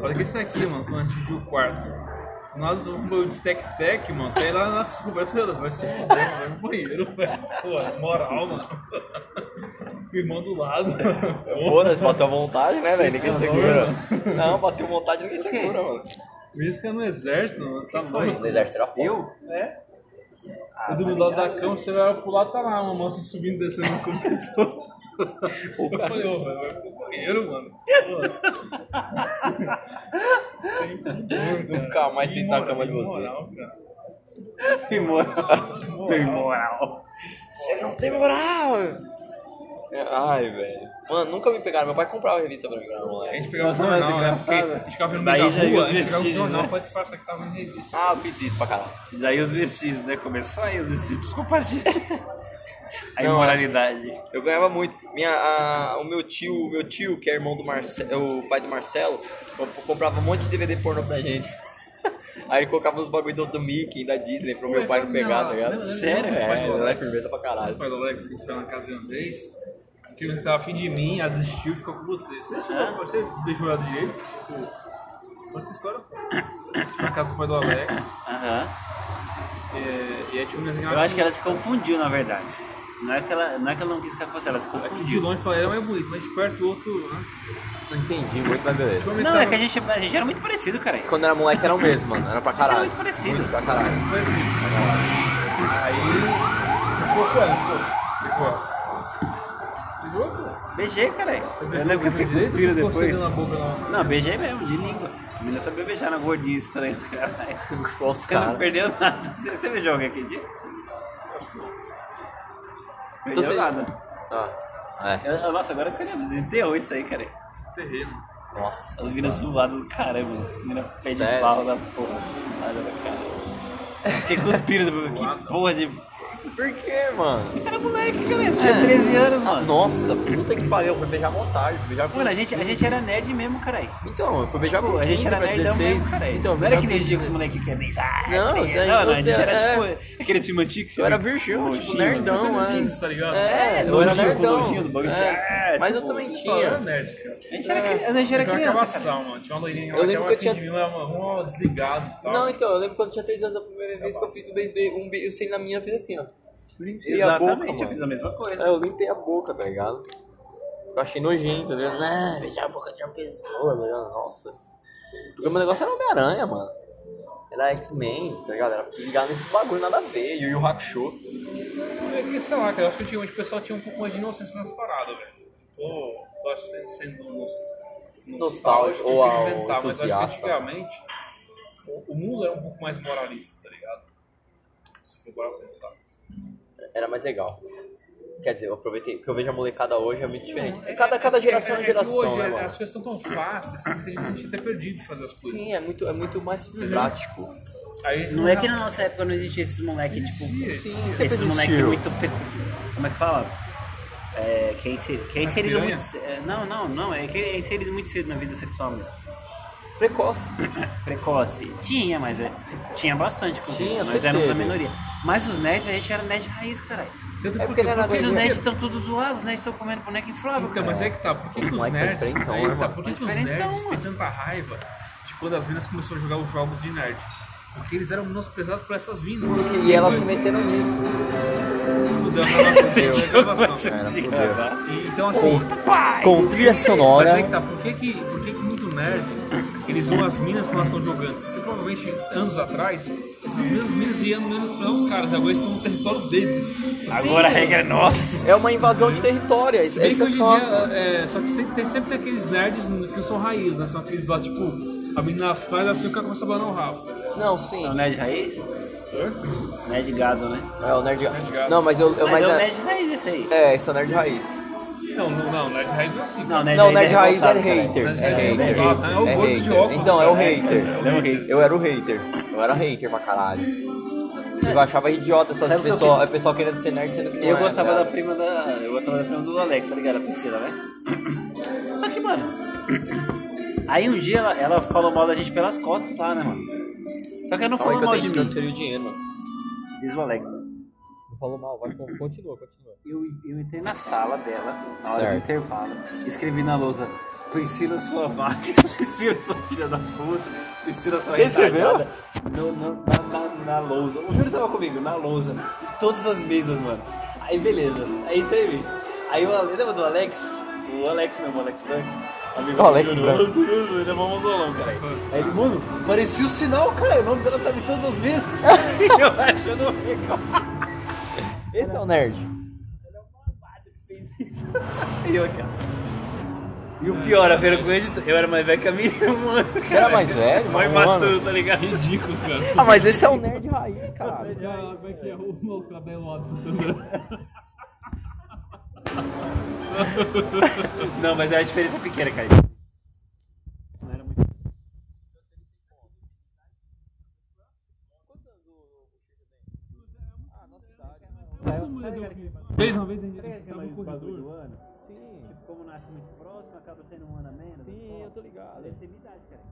[SPEAKER 1] Falei que isso aqui, mano, quando a gente viu o quarto. Nós do banho de tec-tec, mano, tá aí lá na desculpa. Eu falei, vai se fuder, mano, vai no banheiro, velho. Pô, é moral, mano. Irmão do lado.
[SPEAKER 2] Foda-se, bateu à vontade, né, velho? Ninguém
[SPEAKER 1] tá
[SPEAKER 2] segura.
[SPEAKER 1] doido,
[SPEAKER 2] Não, bateu à vontade, ninguém
[SPEAKER 3] quê?
[SPEAKER 2] segura, mano.
[SPEAKER 1] Isso que é no exército, mano. Tá
[SPEAKER 2] No exército era foda.
[SPEAKER 3] Eu?
[SPEAKER 1] É. Eu do lado da cama, você vai pro lado, tá lá uma moça subindo e descendo no computador. Eu falei, ô, velho, vai pro banheiro, mano. Pô. Sempre doido.
[SPEAKER 2] Nunca tá mais sentar na cama de vocês.
[SPEAKER 3] Imoral. Seu imoral.
[SPEAKER 2] Você não tem moral! É, Ai, velho. Mano, nunca me pegaram. Meu pai comprava revista pra mim quando eu era
[SPEAKER 1] A
[SPEAKER 2] moleque.
[SPEAKER 1] gente pegava o
[SPEAKER 3] Nossa, mas
[SPEAKER 1] jornal, né? Porque
[SPEAKER 3] engraçado.
[SPEAKER 1] a gente ficava vendo
[SPEAKER 3] Daí
[SPEAKER 1] meio
[SPEAKER 3] já
[SPEAKER 1] da
[SPEAKER 3] ia
[SPEAKER 1] rua,
[SPEAKER 3] os
[SPEAKER 1] a gente pegava o
[SPEAKER 3] vestígios,
[SPEAKER 1] jornal
[SPEAKER 3] né?
[SPEAKER 1] pra disfarçar que tava em revista.
[SPEAKER 2] Ah, eu fiz isso pra caralho.
[SPEAKER 3] Mas aí os vestígios, né? Começou aí os vestígios. Desculpa, gente. A
[SPEAKER 2] Não, é.
[SPEAKER 3] imoralidade.
[SPEAKER 2] Eu ganhava muito. Minha, a- o meu tio, o meu tio, que é irmão do Marcelo, o pai do Marcelo, co- comprava um monte de DVD pornô pra gente. Aí ele colocava uns bagulho do, do Mickey, da Disney, pro meu pai não pegar, tá ligado?
[SPEAKER 3] Sério?
[SPEAKER 2] É, ele era
[SPEAKER 1] Sério?
[SPEAKER 2] firmeza pra
[SPEAKER 1] O
[SPEAKER 2] caralho.
[SPEAKER 1] pai do Alex que foi na casa de uma vez, que ele tava afim de mim, ela desistiu e ficou com você. Você,
[SPEAKER 3] É.
[SPEAKER 1] chegou, você beijou ela direito? Tipo, conta a história. pô. A gente foi na casa do pai do Alex,
[SPEAKER 3] Aham.
[SPEAKER 1] é, e aí tinha um desenho
[SPEAKER 3] Eu acho que ela se confundiu, na verdade. Não é que ela não, é que ela não quis ficar com você, ela se
[SPEAKER 1] Aqui de
[SPEAKER 3] confundiu.
[SPEAKER 1] longe falei, era mais bonito, mas de perto o outro. Né?
[SPEAKER 2] Não entendi muito, mas beleza.
[SPEAKER 3] Não, é que a gente, a gente era muito parecido, cara.
[SPEAKER 2] Quando era moleque era o mesmo, mano. Era pra caralho.
[SPEAKER 3] é muito parecido.
[SPEAKER 2] Muito pra caralho.
[SPEAKER 1] Foi assim. Aí. Você ficou com ela, pô. Beijou ela. Beijou, pô.
[SPEAKER 3] Beijei, cara.
[SPEAKER 1] Você
[SPEAKER 3] Eu
[SPEAKER 1] beijou
[SPEAKER 3] lembro que eu
[SPEAKER 1] com
[SPEAKER 3] fiquei
[SPEAKER 1] o
[SPEAKER 3] com
[SPEAKER 1] dedo direito
[SPEAKER 3] suspiro
[SPEAKER 1] ou você ficou
[SPEAKER 3] depois.
[SPEAKER 1] segurando a boca é lá?
[SPEAKER 3] Não, beijei mesmo, de língua. A menina sabia beijar na gordinha estranha, caralho.
[SPEAKER 2] Igual os
[SPEAKER 3] Você não
[SPEAKER 2] caras.
[SPEAKER 3] perdeu nada. Você, você beijou alguém aquele dia? Perdeu
[SPEAKER 2] Então você-
[SPEAKER 3] nada.
[SPEAKER 2] Ah, é.
[SPEAKER 3] Eu- eu- nossa, agora que você lembra, desenterrou isso aí, cara.
[SPEAKER 1] Terreno.
[SPEAKER 2] é. Nossa.
[SPEAKER 3] As minas suadas do caramba. As minas pé de
[SPEAKER 2] Sério?
[SPEAKER 3] pau da porra. Suada do caramba. Fiquei cuspindo. que porra de.
[SPEAKER 2] Por que, mano?
[SPEAKER 3] Era moleque, cara. Tinha 13 anos,
[SPEAKER 2] Ah,
[SPEAKER 3] mano.
[SPEAKER 2] nossa, puta que pariu. Foi beijar montagem, beijar com.
[SPEAKER 3] Mano, a gente, a gente era nerd mesmo, caralho.
[SPEAKER 2] Então, eu fui beijar com
[SPEAKER 3] Pô, a gente
[SPEAKER 2] 15
[SPEAKER 3] era
[SPEAKER 2] pra
[SPEAKER 3] nerdão
[SPEAKER 2] 16.
[SPEAKER 3] mesmo, caralho.
[SPEAKER 2] Então,
[SPEAKER 3] não era
[SPEAKER 2] beijar
[SPEAKER 3] que
[SPEAKER 2] com
[SPEAKER 3] nem dia
[SPEAKER 2] 15.
[SPEAKER 3] que é os moleque quer beijar.
[SPEAKER 2] Não,
[SPEAKER 3] quer
[SPEAKER 2] isso
[SPEAKER 3] beijar.
[SPEAKER 2] aí,
[SPEAKER 3] não, não, a
[SPEAKER 2] eu
[SPEAKER 3] gente era
[SPEAKER 2] sei,
[SPEAKER 3] tipo aqueles filmes antigos. que
[SPEAKER 2] Eu
[SPEAKER 3] você-
[SPEAKER 2] era virgil, tipo,
[SPEAKER 3] Gino,
[SPEAKER 2] nerdão,
[SPEAKER 1] Você é
[SPEAKER 2] mano.
[SPEAKER 1] jeans, tá ligado?
[SPEAKER 2] É, eu era
[SPEAKER 3] Nojinho, com
[SPEAKER 2] nerdão.
[SPEAKER 3] nojinho do bagulho.
[SPEAKER 2] É,
[SPEAKER 3] É,
[SPEAKER 2] mas eu
[SPEAKER 3] tipo,
[SPEAKER 2] também
[SPEAKER 1] Eu era
[SPEAKER 2] tinha.
[SPEAKER 1] nerd, cara.
[SPEAKER 3] A gente era, cri- a gente era
[SPEAKER 1] Tinha uma
[SPEAKER 3] criança, cara.
[SPEAKER 1] cavação, mano. Tinha uma loirinha
[SPEAKER 2] Eu
[SPEAKER 1] lá que
[SPEAKER 2] lembro
[SPEAKER 1] era
[SPEAKER 2] que eu
[SPEAKER 1] afim
[SPEAKER 2] tinha-
[SPEAKER 1] de mim, mas um desligado e tal.
[SPEAKER 2] Não, então, eu lembro quando eu tinha 3 anos, a primeira vez que eu fiz do beijo, um beijo, eu sei na minha, eu fiz assim, ó. Limpei a boca,
[SPEAKER 3] Exatamente,
[SPEAKER 2] mano.
[SPEAKER 3] eu fiz a mesma coisa.
[SPEAKER 2] É, eu limpei a boca, tá ligado? Eu achei nojento, tá ligado? Não, beijar a boca de uma pessoa, tá ligado? Nossa. Porque o meu negócio era Homem-Aranha, mano. Era X-Men, tá ligado? Era ligado nesse bagulho, nada a ver. Yu Yu Hakusho.
[SPEAKER 1] É que, sei lá, cara, eu acho que tinha, o pessoal tinha um pouco mais de inocência nas paradas, velho. Tô, tô acho que sendo um nos-
[SPEAKER 2] Nostálgico
[SPEAKER 1] tem
[SPEAKER 2] ou
[SPEAKER 1] que inventar, mas acho que
[SPEAKER 2] entusiasta.
[SPEAKER 1] antigamente o, o mundo era um pouco mais moralista, tá ligado? Se for parar pra pensar.
[SPEAKER 2] Era mais legal. Quer dizer, eu aproveitei. Porque eu vejo a molecada hoje é muito diferente.
[SPEAKER 1] É,
[SPEAKER 2] cada,
[SPEAKER 1] é,
[SPEAKER 2] cada
[SPEAKER 1] é,
[SPEAKER 2] geração é,
[SPEAKER 1] é que
[SPEAKER 2] geração,
[SPEAKER 1] hoje
[SPEAKER 2] né,
[SPEAKER 1] é-
[SPEAKER 2] mano?
[SPEAKER 1] As coisas estão tão fáceis, que tem gente até perdido de fazer as coisas.
[SPEAKER 2] Sim, é muito, é muito mais prático.
[SPEAKER 1] Aí, então,
[SPEAKER 3] Não é que na nossa época não existia esses moleque, tipo.
[SPEAKER 1] Sim,
[SPEAKER 2] sempre
[SPEAKER 3] esses moleque
[SPEAKER 2] existiu.
[SPEAKER 3] muito. pe- Como é que fala? É, que é inserido, que é inserido
[SPEAKER 1] piranha?
[SPEAKER 3] muito. ce- é, Não, não, não. É que é inserido muito cedo na vida sexual mesmo.
[SPEAKER 2] Precoce.
[SPEAKER 3] Precoce. Tinha, mas é. Tinha bastante. inclusive,
[SPEAKER 2] Tinha,
[SPEAKER 3] Nós
[SPEAKER 2] sempre
[SPEAKER 3] éramos a
[SPEAKER 2] teve.
[SPEAKER 3] minoria. Mas os nerds, a gente era nerd raiz, caralho.
[SPEAKER 1] Tanto
[SPEAKER 2] É porque ele era
[SPEAKER 3] Porque os
[SPEAKER 2] Porque-
[SPEAKER 3] nerds estão todos zoados, os nerds estão comendo boneca inflável,
[SPEAKER 1] Então,
[SPEAKER 3] cara.
[SPEAKER 1] mas é que tá, por que, que os
[SPEAKER 2] Moleque tá
[SPEAKER 1] nerds.
[SPEAKER 2] diferentão,
[SPEAKER 1] aí
[SPEAKER 2] né,
[SPEAKER 1] que tá,
[SPEAKER 2] mano?
[SPEAKER 1] por que, que os
[SPEAKER 3] Diferentão,
[SPEAKER 1] nerds têm
[SPEAKER 3] mano.
[SPEAKER 1] tanta raiva de quando as minas começaram a jogar os jogos de nerd? Porque eles eram menosprezados por essas minas.
[SPEAKER 2] E elas se meteram nisso.
[SPEAKER 1] Fudeu a gravação.
[SPEAKER 2] Cara,
[SPEAKER 3] Sim,
[SPEAKER 2] fudeu.
[SPEAKER 3] cara.
[SPEAKER 1] E, Então, assim.
[SPEAKER 2] Com trilha
[SPEAKER 1] Mas
[SPEAKER 2] sonora.
[SPEAKER 1] aí que tá, por que que, por que que muito nerd eles zoam as minas quando elas estão jogando? Porque provavelmente anos atrás, essas mesmas minas iam menos pra os caras, agora estão no território deles.
[SPEAKER 3] Agora a regra é nossa.
[SPEAKER 2] É uma invasão de território. Isso,
[SPEAKER 1] Bem
[SPEAKER 2] esse
[SPEAKER 1] que
[SPEAKER 2] é
[SPEAKER 1] hoje em
[SPEAKER 2] fato.
[SPEAKER 1] dia, é, só que sempre tem, sempre tem aqueles nerds que são raiz, né? São aqueles lá, tipo, a menina faz assim, o cara começa a banar o rabo. tá ligado?
[SPEAKER 2] Não, sim.
[SPEAKER 3] É o nerd raiz? Nerd gado, né?
[SPEAKER 2] É o nerd.
[SPEAKER 1] Gado.
[SPEAKER 2] Não, mas eu. eu-
[SPEAKER 3] Mas,
[SPEAKER 2] mas
[SPEAKER 3] é o
[SPEAKER 2] é,
[SPEAKER 3] nerd raiz esse aí.
[SPEAKER 2] é, isso é o nerd raiz.
[SPEAKER 1] Não, não, não, nerd raiz não é assim.
[SPEAKER 3] Não,
[SPEAKER 2] Não, o nerd raiz é
[SPEAKER 3] revoltado, caralho.
[SPEAKER 2] hater.
[SPEAKER 1] Nerd
[SPEAKER 2] É
[SPEAKER 1] raiz é
[SPEAKER 2] hater.
[SPEAKER 1] revoltado, né? É o
[SPEAKER 2] É
[SPEAKER 1] gordo de óculos,
[SPEAKER 2] hater. Então, é o
[SPEAKER 1] cara.
[SPEAKER 2] hater.
[SPEAKER 3] Ele é um hater.
[SPEAKER 2] Eu era o hater. Eu era hater pra caralho. Eu achava idiota essas
[SPEAKER 3] Sabe o que eu
[SPEAKER 2] pessoas. É pessoal querendo ser nerd sendo que não
[SPEAKER 3] Eu
[SPEAKER 2] é,
[SPEAKER 3] gostava
[SPEAKER 2] tá
[SPEAKER 3] da
[SPEAKER 2] ligado?
[SPEAKER 3] prima da. Eu gostava da prima do Alex, tá ligado? A Priscila, né? Só que, mano. Aí um dia ela, ela falou mal da gente pelas costas lá, né, mano? Só que ela não
[SPEAKER 2] Calma
[SPEAKER 3] falou
[SPEAKER 2] aí que
[SPEAKER 3] mal
[SPEAKER 2] eu tenho
[SPEAKER 3] de
[SPEAKER 2] que
[SPEAKER 3] mim.
[SPEAKER 2] transferir o dinheiro, mano.
[SPEAKER 3] Diz o Alex.
[SPEAKER 2] Não falou mal, vai, continua, continua.
[SPEAKER 3] Eu, eu entrei na sala dela, na hora do
[SPEAKER 2] Certo.
[SPEAKER 3] intervalo, escrevi na lousa, Priscila sua vaca, Priscila sua filha da puta, Priscila sua
[SPEAKER 2] Você escreveu?
[SPEAKER 3] retardada." No, no, na, na, na lousa, o Júlio tava comigo, na lousa, em todas as mesas, mano. Aí beleza, aí entrei. Aí o Ale- lembra do Alex? O Alex mesmo, o Alex Branco. Amigo do
[SPEAKER 2] Alex
[SPEAKER 3] Júlio,
[SPEAKER 2] Branco.
[SPEAKER 3] orgulhoso, Ele é mó mongolão, cara. Aí ele, mano, parecia o sinal, cara, o nome dela tava em todas as mesas. eu achando legal.
[SPEAKER 2] Esse é o nerd.
[SPEAKER 3] E eu aqui, ó. E o pior, a vergonha de tudo, eu era mais velho que a minha irmã.
[SPEAKER 2] Você era mais velho?
[SPEAKER 3] Mãe
[SPEAKER 2] mano?
[SPEAKER 3] matou, tá ligado?
[SPEAKER 1] Ridículo, cara.
[SPEAKER 2] Ah, mas esse é o nerd raiz, cara.
[SPEAKER 1] Como é que é o maluco da Watson também?
[SPEAKER 3] Não, mas é a diferença pequena, cara. Não era muito.
[SPEAKER 1] Ah, né? Fez uma vez a gente tava no corredor.
[SPEAKER 3] Como nasce muito próximo, acaba sendo um ano a menos. Sim, eu tô ligado. Deve ter minha idade, cara.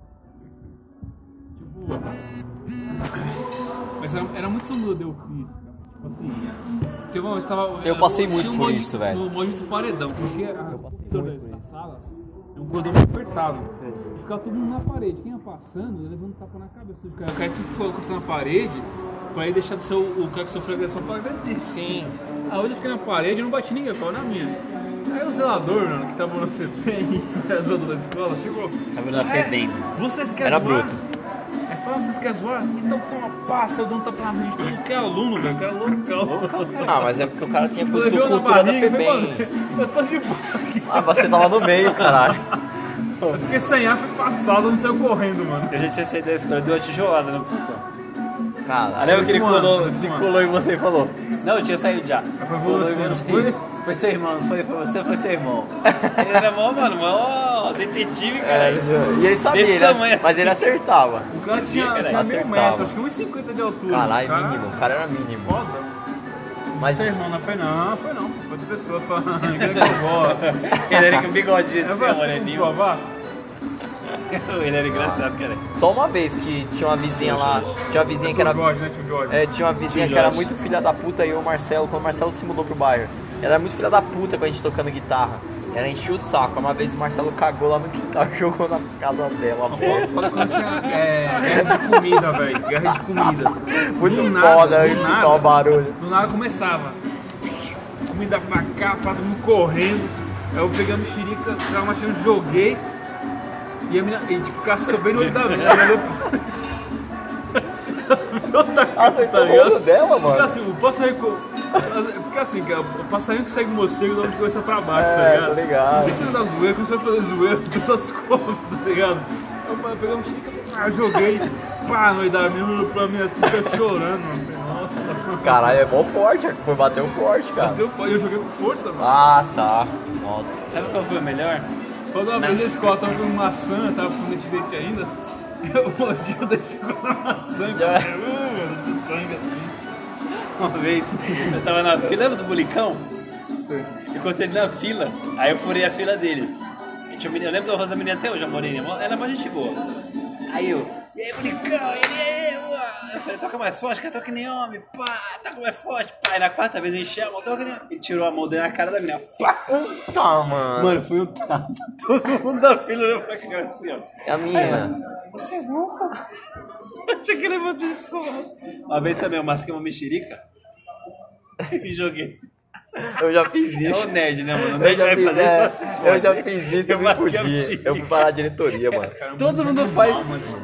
[SPEAKER 1] Tipo. Mas era, era muito mudo eu fiz, cara. Tipo assim. Teve uma vez tava.
[SPEAKER 2] Eu passei
[SPEAKER 1] tinha
[SPEAKER 2] muito
[SPEAKER 1] um
[SPEAKER 2] por
[SPEAKER 1] monte-
[SPEAKER 2] isso, velho.
[SPEAKER 1] Um monte do paredão, porque a corredor das salas é um corredor muito apertado. E ficava todo mundo na parede. Quem ia passando, ia levando um tapa na cabeça do cara. O cara tinha que colocar isso na parede pra ir deixar de ser o, o cara que sofreu agressão pra agredir.
[SPEAKER 2] Sim.
[SPEAKER 1] Aí hoje eu fiquei na parede e não bati ninguém, eu tava na minha. Aí o zelador, mano, que tava no FEPEM, zelador da escola, chegou.
[SPEAKER 3] Tava na Febem.
[SPEAKER 1] Vocês querem
[SPEAKER 2] Era
[SPEAKER 1] zoar?
[SPEAKER 2] bruto.
[SPEAKER 1] É fala, vocês querem zoar? Então com uma pá, seu dono tá pra mim. Todo que é aluno, velho, que é loucão.
[SPEAKER 2] Ah, mas é porque o cara tinha coisa
[SPEAKER 1] Levei
[SPEAKER 2] do
[SPEAKER 1] eu na
[SPEAKER 2] cultura da
[SPEAKER 1] barriga, foi, mano,
[SPEAKER 2] FEBEM.
[SPEAKER 1] eu tô de boa aqui.
[SPEAKER 2] Ah, você tava no meio, caralho.
[SPEAKER 1] Eu Fiquei sem ar, fui passado, não saiu correndo, mano.
[SPEAKER 3] Eu já tinha essa ideia, cara. Deu uma tijolada no puta.
[SPEAKER 2] Caralho.
[SPEAKER 3] Lembra que ele
[SPEAKER 1] Último ano,
[SPEAKER 3] colou,
[SPEAKER 1] último ano.
[SPEAKER 3] colou em você e falou: Não, eu tinha saído já.
[SPEAKER 1] foi
[SPEAKER 3] Colou em
[SPEAKER 1] É você, não
[SPEAKER 3] você.
[SPEAKER 1] foi?
[SPEAKER 3] Foi seu irmão, não foi? Foi você, foi seu irmão. ele era mó, mano, mó. detetive,
[SPEAKER 2] É,
[SPEAKER 3] cara.
[SPEAKER 2] e ele sabia,
[SPEAKER 3] Desse
[SPEAKER 2] ele-
[SPEAKER 3] tamanho, assim.
[SPEAKER 2] mas ele acertava.
[SPEAKER 1] O cara tinha,
[SPEAKER 2] Caralho,
[SPEAKER 1] tinha meio
[SPEAKER 2] acertava.
[SPEAKER 1] metro, acho que 1,50 de altura.
[SPEAKER 2] Caralho, é
[SPEAKER 1] Cara,
[SPEAKER 2] mínimo, o cara era mínimo.
[SPEAKER 1] Foda.
[SPEAKER 2] Mas
[SPEAKER 1] Seu irmão não foi não, foi não, foi outra pessoa, foi vovó.
[SPEAKER 3] Ele era com
[SPEAKER 2] um
[SPEAKER 3] bigodinho assim,
[SPEAKER 1] É
[SPEAKER 3] ó,
[SPEAKER 1] você que
[SPEAKER 3] moreninho.
[SPEAKER 1] provar?
[SPEAKER 3] Ele era engraçado, cara.
[SPEAKER 2] só uma vez que tinha uma vizinha lá, tinha uma vizinha que
[SPEAKER 1] Seu
[SPEAKER 2] era
[SPEAKER 1] Jorge, né, tio Jorge?
[SPEAKER 2] É, tinha uma vizinha
[SPEAKER 3] Tio
[SPEAKER 2] que era
[SPEAKER 3] Jorge.
[SPEAKER 2] muito filha da puta e eu, o Marcelo, quando o Marcelo se mudou pro bairro, ela era muito filha da puta com a gente tocando guitarra. Ela enchia o saco. Uma vez o Marcelo cagou lá no quintal e jogou na casa dela. pô.
[SPEAKER 1] Quando tinha é, guerra de comida, velho, guerra de comida.
[SPEAKER 2] Muito
[SPEAKER 1] Do nada,
[SPEAKER 2] foda, a
[SPEAKER 1] do
[SPEAKER 2] gente
[SPEAKER 1] nada.
[SPEAKER 2] escutar o barulho.
[SPEAKER 1] Do nada começava. Comida pra cá, pra todo mundo correndo. Aí eu peguei a mexerica, tava machando, joguei. E a mina, e tipo, cascou bem no olho da mina. né? Ela olhou pra-
[SPEAKER 2] Acertou o
[SPEAKER 1] Tá
[SPEAKER 2] olho
[SPEAKER 1] ligado?
[SPEAKER 2] dela,
[SPEAKER 1] Porque
[SPEAKER 2] mano.
[SPEAKER 1] assim, o passarinho. que- Porque assim, cara, o passarinho que segue o morcego dá uma coisa pra baixo,
[SPEAKER 2] É,
[SPEAKER 1] tá ligado?
[SPEAKER 2] tô ligado.
[SPEAKER 1] Você que dá zoeira, começou a fazer zoeira, o pessoal descobre, tá ligado? Eu falei, peguei um chica, pá, joguei, pá, no da minha olhou pra mim assim, tá chorando, mano. Eu falei, Nossa,
[SPEAKER 2] Caralho, é bom forte, foi bateu forte, cara.
[SPEAKER 1] Bateu foda, eu joguei com força, mano.
[SPEAKER 2] Ah, tá. Nossa.
[SPEAKER 3] Sabe qual foi o melhor?
[SPEAKER 1] Quando uma vez na escola tava com maçã, eu tava com dente de leite ainda, eu mordi o dente com a maçã, cara.
[SPEAKER 2] Já.
[SPEAKER 1] Uh, mano, esse sangue assim.
[SPEAKER 3] Uma vez, eu tava na fila, lembra do bulicão? Encontrei ele na fila, aí eu furei a fila dele. E tinha um menino- Eu lembro da rosa da menina até hoje, a Moreninha, mó- ela é mais gente boa. Aí eu, e aí, bulicão, ele é eu. ah." Eu falei, toca mais forte, cara, toca que nem homem, pá, toca mais forte, pá. E na quarta vez eu enchi a mão, toca que nem homem. Ele tirou a mão dele na cara da menina, pá.
[SPEAKER 2] Tá, mano.
[SPEAKER 3] Mano, foi um tapa. Todo mundo da fila olhou pra cara assim, ó.
[SPEAKER 2] É a minha.
[SPEAKER 3] Você é louco? Eu tinha que levantar esse começo. Uma vez também eu masquei uma mexerica e joguei.
[SPEAKER 2] Eu já fiz
[SPEAKER 3] É
[SPEAKER 2] isso.
[SPEAKER 3] o nerd, né, mano? O
[SPEAKER 2] Eu
[SPEAKER 3] nerd
[SPEAKER 2] já
[SPEAKER 3] vai
[SPEAKER 2] fiz,
[SPEAKER 3] fazer
[SPEAKER 2] é,
[SPEAKER 3] isso.
[SPEAKER 2] eu já fiz isso, eu me
[SPEAKER 3] masquei a
[SPEAKER 2] fudi.
[SPEAKER 3] mexerica.
[SPEAKER 2] Eu fui parar a diretoria, mano.
[SPEAKER 3] é Todo mundo faz.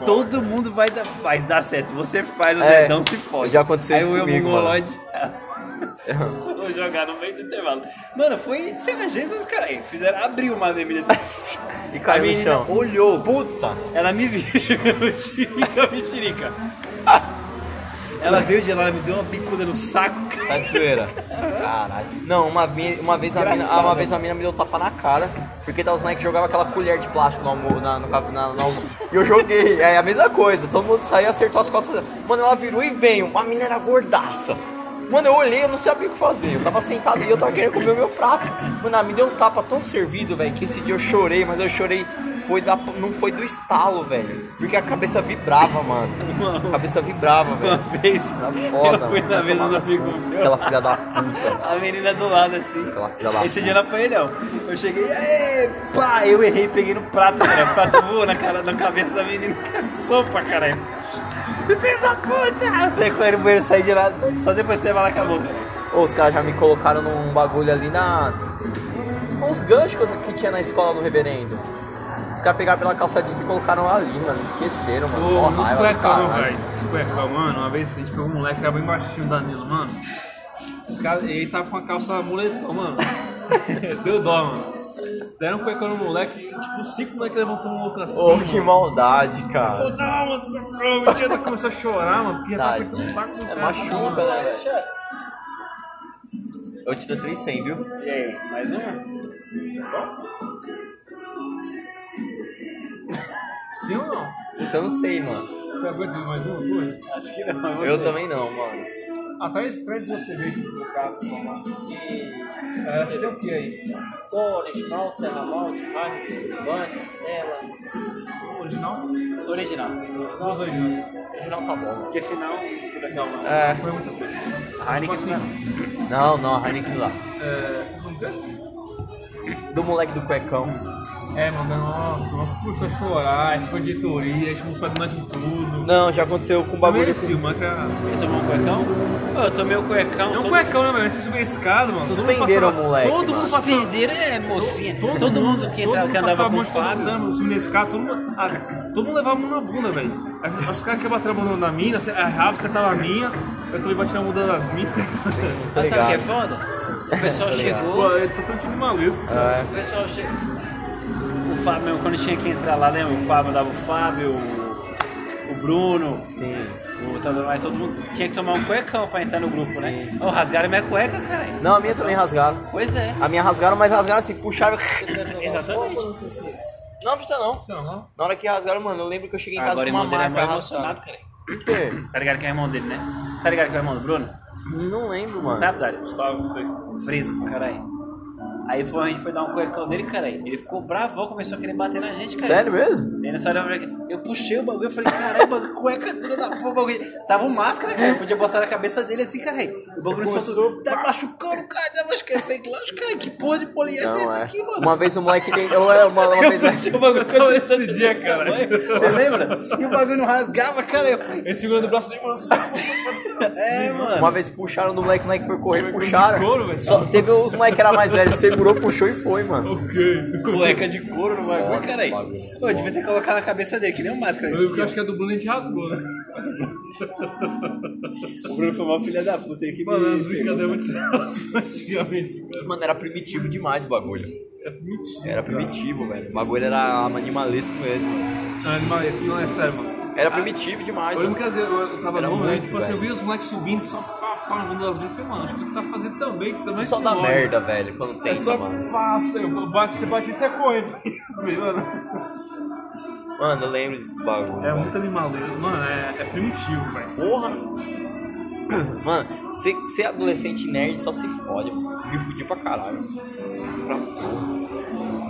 [SPEAKER 3] Todo mundo vai dar, faz dar certo. Você faz, o
[SPEAKER 2] É,
[SPEAKER 3] dedão se fode.
[SPEAKER 2] já aconteceu isso
[SPEAKER 3] Aí eu,
[SPEAKER 2] comigo,
[SPEAKER 3] mongoloide. Vou jogar no meio do intervalo. Mano, foi cenas Jesus, cara. aí Fizeram abrir uma vermelha assim.
[SPEAKER 2] E
[SPEAKER 3] A
[SPEAKER 2] caiu no
[SPEAKER 3] menina
[SPEAKER 2] chão.
[SPEAKER 3] olhou.
[SPEAKER 2] Puta!
[SPEAKER 3] Ela me viu jogando xirica, mexerica. Ela veio de lá, ela me deu uma bicuda no saco, cara.
[SPEAKER 2] Tá de zoeira. Caralho. Não, uma, vi- uma, vez a mina, ah, uma vez a mina me deu tapa na cara, porque tá, os Nike jogavam aquela colher de plástico no almo- na, no, cap- na, no almo- E eu joguei, é a mesma coisa. Todo mundo saiu, acertou as costas. dela. Mano, ela virou e veio. A mina era gordaça. Mano, eu olhei, eu não sabia o que fazer. Eu tava sentado e eu tava querendo comer o meu prato. Mano, ela me deu um tapa tão servido, velho, que esse dia eu chorei, mas eu chorei. Foi da, não foi do estalo, velho. Porque a cabeça vibrava, mano. A cabeça vibrava,
[SPEAKER 3] Uma
[SPEAKER 2] velho.
[SPEAKER 3] vez.
[SPEAKER 2] Tá foda,
[SPEAKER 3] eu fui
[SPEAKER 2] mano.
[SPEAKER 3] na
[SPEAKER 2] Vai
[SPEAKER 3] mesa
[SPEAKER 2] tomar
[SPEAKER 3] do
[SPEAKER 2] no
[SPEAKER 3] amigo
[SPEAKER 2] cu.
[SPEAKER 3] meu.
[SPEAKER 2] Aquela filha da puta.
[SPEAKER 3] A menina do lado, assim.
[SPEAKER 2] Aquela filha da
[SPEAKER 3] Esse dia não apanhei, não. Eu cheguei, aê, pá, eu errei, peguei no prato, cara. O prato voou na, cara, na cabeça da menina. Sopa, caralho. Me fez da puta! Eu saí correndo no banheiro, saí de lá, só depois que teve lá acabou.
[SPEAKER 2] Ô, os caras já me colocaram num bagulho ali na. Uns ganchos que eu- que tinha na escola do reverendo. Os caras pegaram pela calça jeans e colocaram ali, mano. Me esqueceram, mano. Mó
[SPEAKER 1] Ô, nos
[SPEAKER 2] raiva do
[SPEAKER 1] cuecão,
[SPEAKER 2] caralho.
[SPEAKER 1] velho. Nos cuecão, mano. Uma vez a gente pegou um moleque que era bem baixinho, o Danilo, mano. Os cara, ele tava com a calça moletom, mano. Deu dó, mano. Deram um cuecão no moleque, e, tipo, cinco moleques levantou um louco assim.
[SPEAKER 2] Ô,
[SPEAKER 1] mano.
[SPEAKER 2] que maldade, cara.
[SPEAKER 1] Falou, não, mano, socorro. O dia começou a chorar, mano, porque já tava
[SPEAKER 2] Tadinho.
[SPEAKER 1] apertando o saco do
[SPEAKER 2] É
[SPEAKER 1] cara.
[SPEAKER 2] machuca, né, velho? Eu te transferi 100, viu?
[SPEAKER 3] E aí, mais uma?
[SPEAKER 1] Sim ou não?
[SPEAKER 2] Então não sei, mano.
[SPEAKER 1] Você aguenta mais uma, duas?
[SPEAKER 3] Acho que não. é você.
[SPEAKER 2] Eu também não, mano.
[SPEAKER 1] Atrás, atrás de você mesmo, no caso, vamos lá. É, você tem o que aí?
[SPEAKER 5] Scones, Malta, Ramal, Heineken, Bunny, Stella.
[SPEAKER 1] Original?
[SPEAKER 3] É, Original.
[SPEAKER 1] Os originais.
[SPEAKER 2] Não, tá bom.
[SPEAKER 3] Porque senão, estuda aqui. Não,
[SPEAKER 2] É.
[SPEAKER 1] Foi muita coisa.
[SPEAKER 3] Heineken
[SPEAKER 1] Tipo assim,
[SPEAKER 2] Não, não, a Heineken lá.
[SPEAKER 1] é, não tem-
[SPEAKER 2] Do moleque do cuecão.
[SPEAKER 1] É, mano, nossa, mano, começou a chorar, ficou de editoria, chamou os padrinhos de tudo.
[SPEAKER 2] Não, já aconteceu com o bagulho
[SPEAKER 1] Esse
[SPEAKER 2] assim.
[SPEAKER 1] filme, cara.
[SPEAKER 3] Eu tomou um cuecão? Ô, Eu tomei um cuecão.
[SPEAKER 1] É um
[SPEAKER 3] todo-
[SPEAKER 1] cuecão, né, mano? Você subiu a escada, mano. Todo mundo
[SPEAKER 2] Suspenderam
[SPEAKER 1] passava-
[SPEAKER 2] o moleque,
[SPEAKER 1] Todo mundo
[SPEAKER 2] mano.
[SPEAKER 1] passava.
[SPEAKER 3] Suspenderam, é, mocinha. Todo, mundo que,
[SPEAKER 1] Todo
[SPEAKER 3] entrava,
[SPEAKER 1] mundo
[SPEAKER 3] que andava
[SPEAKER 1] passava
[SPEAKER 3] com
[SPEAKER 1] mão de todo
[SPEAKER 3] fado.
[SPEAKER 1] mundo, mano, subindo a escada, todo mundo, ah, todo mundo levava a mão na bunda, velho. Aí, Os caras queriam bater a mão na mina, você errava, você tava a minha, eu também bati na mão das minhas.
[SPEAKER 2] Tô
[SPEAKER 3] Mas sabe o que é
[SPEAKER 2] ligado.
[SPEAKER 3] foda? O pessoal
[SPEAKER 2] Tô ligado.
[SPEAKER 1] Pô,
[SPEAKER 3] chegou,
[SPEAKER 1] eu tô tão tipo maluco.
[SPEAKER 2] É.
[SPEAKER 3] o pessoal chegou. O Fábio, mesmo, quando tinha que entrar lá, lembra? O Fábio dava o Fábio, o, o Bruno,
[SPEAKER 1] assim.
[SPEAKER 2] Sim.
[SPEAKER 3] o Tadeu, mas todo mundo tinha que tomar um cuecão pra entrar no grupo, né? Ô, rasgaram minha cueca, caralho.
[SPEAKER 2] Não, a minha também rasgaram.
[SPEAKER 3] Pois é,
[SPEAKER 2] A minha rasgaram, mas rasgaram assim, puxaram.
[SPEAKER 3] exatamente.
[SPEAKER 2] Não, precisa não.
[SPEAKER 1] Sei lá.
[SPEAKER 2] Na hora que rasgaram, mano, eu lembro que eu cheguei Ah, em casa
[SPEAKER 3] Agora o
[SPEAKER 2] com uma
[SPEAKER 3] irmão dele é
[SPEAKER 2] marca
[SPEAKER 3] mais
[SPEAKER 2] amassada.
[SPEAKER 3] relacionado, cara. Tá ligado que é o irmão dele, né? Tá ligado que é o irmão do Bruno?
[SPEAKER 2] Não lembro, mano.
[SPEAKER 3] Sabe, Dário?
[SPEAKER 1] Gustavo, não sei.
[SPEAKER 3] Fresco, caralho. Aí foi, a gente foi dar um cuecão nele, caralho. Ele ficou bravão, começou a querer bater na gente, cara.
[SPEAKER 2] Sério mesmo?
[SPEAKER 3] Aí nós olhamos aqui, Eu puxei o bagulho e falei, caralho, bagulho, cueca dura da porra, bagulho. Tava um máscara, cara. Podia botar na cabeça dele assim, caralho. O bagulho soltou. Tá machucando, cara. Tá machucando. Eu falei, lógico, cara, que porra de poliéster é
[SPEAKER 2] Não,
[SPEAKER 3] esse
[SPEAKER 2] é.
[SPEAKER 3] aqui, mano?
[SPEAKER 2] Uma vez o moleque tem. Eu, eu- uma, uma vez.
[SPEAKER 3] Puxei Tipo, o bagulho
[SPEAKER 1] Eu lembro
[SPEAKER 3] desse
[SPEAKER 1] desse dia, cara.
[SPEAKER 3] Você lembra? E o bagulho não rasgava, cara. Eu falei,
[SPEAKER 1] Ele segurando o braço dele, mano.
[SPEAKER 3] é, mano.
[SPEAKER 2] Uma vez puxaram do moleque, o moleque foi correr,
[SPEAKER 1] couro,
[SPEAKER 2] puxaram.
[SPEAKER 1] velho.
[SPEAKER 2] Só, teve os moleque que era mais velho, segurou, puxou e foi, mano.
[SPEAKER 1] ok.
[SPEAKER 3] Cueca de couro no bagulho, caralho. Eu devia ter colocado na cabeça dele, que nem um máscara.
[SPEAKER 1] Eu eu acho que a do Bruno a gente rasgou, né?
[SPEAKER 3] O Bruno foi uma filha da puta. ele que me-
[SPEAKER 1] Mano, as brincadeiras é muito sérias antigamente. cara.
[SPEAKER 2] Mano, era primitivo demais o bagulho.
[SPEAKER 1] É muito
[SPEAKER 2] Era primitivo, velho. O bagulho era animalesco mesmo.
[SPEAKER 1] Não, isso não é sério, mano.
[SPEAKER 2] Era primitivo demais,
[SPEAKER 1] Eu lembro que às vezes eu eu tava
[SPEAKER 2] Era
[SPEAKER 1] novo, né?
[SPEAKER 2] muito,
[SPEAKER 1] Tipo assim, eu
[SPEAKER 2] velho.
[SPEAKER 1] vi os moleques subindo, só pá, pá, no mundo das brincas. Eu falei, mano, acho que o que tá fazendo também, que também
[SPEAKER 2] Só
[SPEAKER 1] que
[SPEAKER 2] dá
[SPEAKER 1] morre.
[SPEAKER 2] merda, velho, quando
[SPEAKER 1] um É
[SPEAKER 2] tenta,
[SPEAKER 1] só
[SPEAKER 2] mano.
[SPEAKER 1] passa, eu bato, você bate, você corre. Mano,
[SPEAKER 2] Mano, eu lembro desses bagulhos.
[SPEAKER 1] é
[SPEAKER 2] velho.
[SPEAKER 1] muito animaleiro, mano, é, é primitivo, velho.
[SPEAKER 2] Porra! Mano, ser, ser adolescente nerd só se fode, mano. Me fudi pra caralho. Pra porra.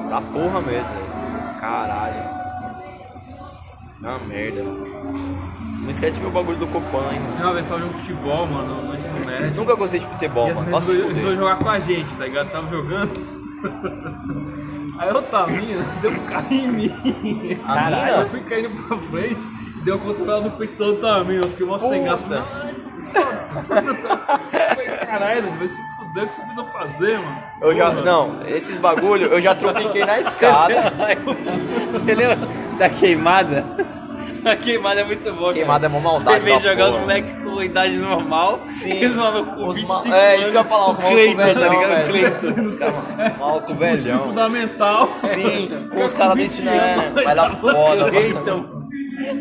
[SPEAKER 2] Pra porra mesmo. velho. Caralho. Na merda. Não esquece de ver o bagulho do Copan, hein. mano.
[SPEAKER 1] Uma vez tava jogando futebol, mano, no ensino médio.
[SPEAKER 2] Nunca gostei de
[SPEAKER 1] E
[SPEAKER 2] futebol,
[SPEAKER 1] as
[SPEAKER 2] mano.
[SPEAKER 1] meninas
[SPEAKER 2] Nossa, se
[SPEAKER 1] resolveram
[SPEAKER 2] fuder.
[SPEAKER 1] resolveram jogar com a gente, tá ligado? Tava jogando. Aí eu tava indo, deu um carro em mim.
[SPEAKER 2] A
[SPEAKER 1] Caralho,
[SPEAKER 2] mina?
[SPEAKER 1] eu fui caindo pra frente e deu uma cotovelada no peito do tamanho. Eu fiquei mó sem graça.
[SPEAKER 2] Puta.
[SPEAKER 1] Ai, isso foi- Caralho, vai se fuder, o que você precisa fazer, mano?
[SPEAKER 2] Eu já.
[SPEAKER 1] Porra.
[SPEAKER 2] Não, esses bagulho eu já tropiquei na escada.
[SPEAKER 3] Você lembra da queimada? A queimada é muito boa.
[SPEAKER 2] Queimada é
[SPEAKER 3] cara.
[SPEAKER 2] uma maldade
[SPEAKER 3] Você vem
[SPEAKER 2] da
[SPEAKER 3] jogar
[SPEAKER 2] porra.
[SPEAKER 3] os moleques com idade normal.
[SPEAKER 2] Sim.
[SPEAKER 3] E os malucos com
[SPEAKER 2] Os
[SPEAKER 3] 25
[SPEAKER 2] ma- é, isso que eu ia falar, os malucos
[SPEAKER 3] Cleiton, tá
[SPEAKER 2] velhão,
[SPEAKER 3] ligado?
[SPEAKER 2] velho.
[SPEAKER 3] Cleiton.
[SPEAKER 1] Os caras-
[SPEAKER 2] Maluco
[SPEAKER 1] Ensino
[SPEAKER 2] um velhão.
[SPEAKER 1] fundamental.
[SPEAKER 2] Sim, com os caras do ensino. É, vai lá pro foda, mano.
[SPEAKER 3] Cleiton.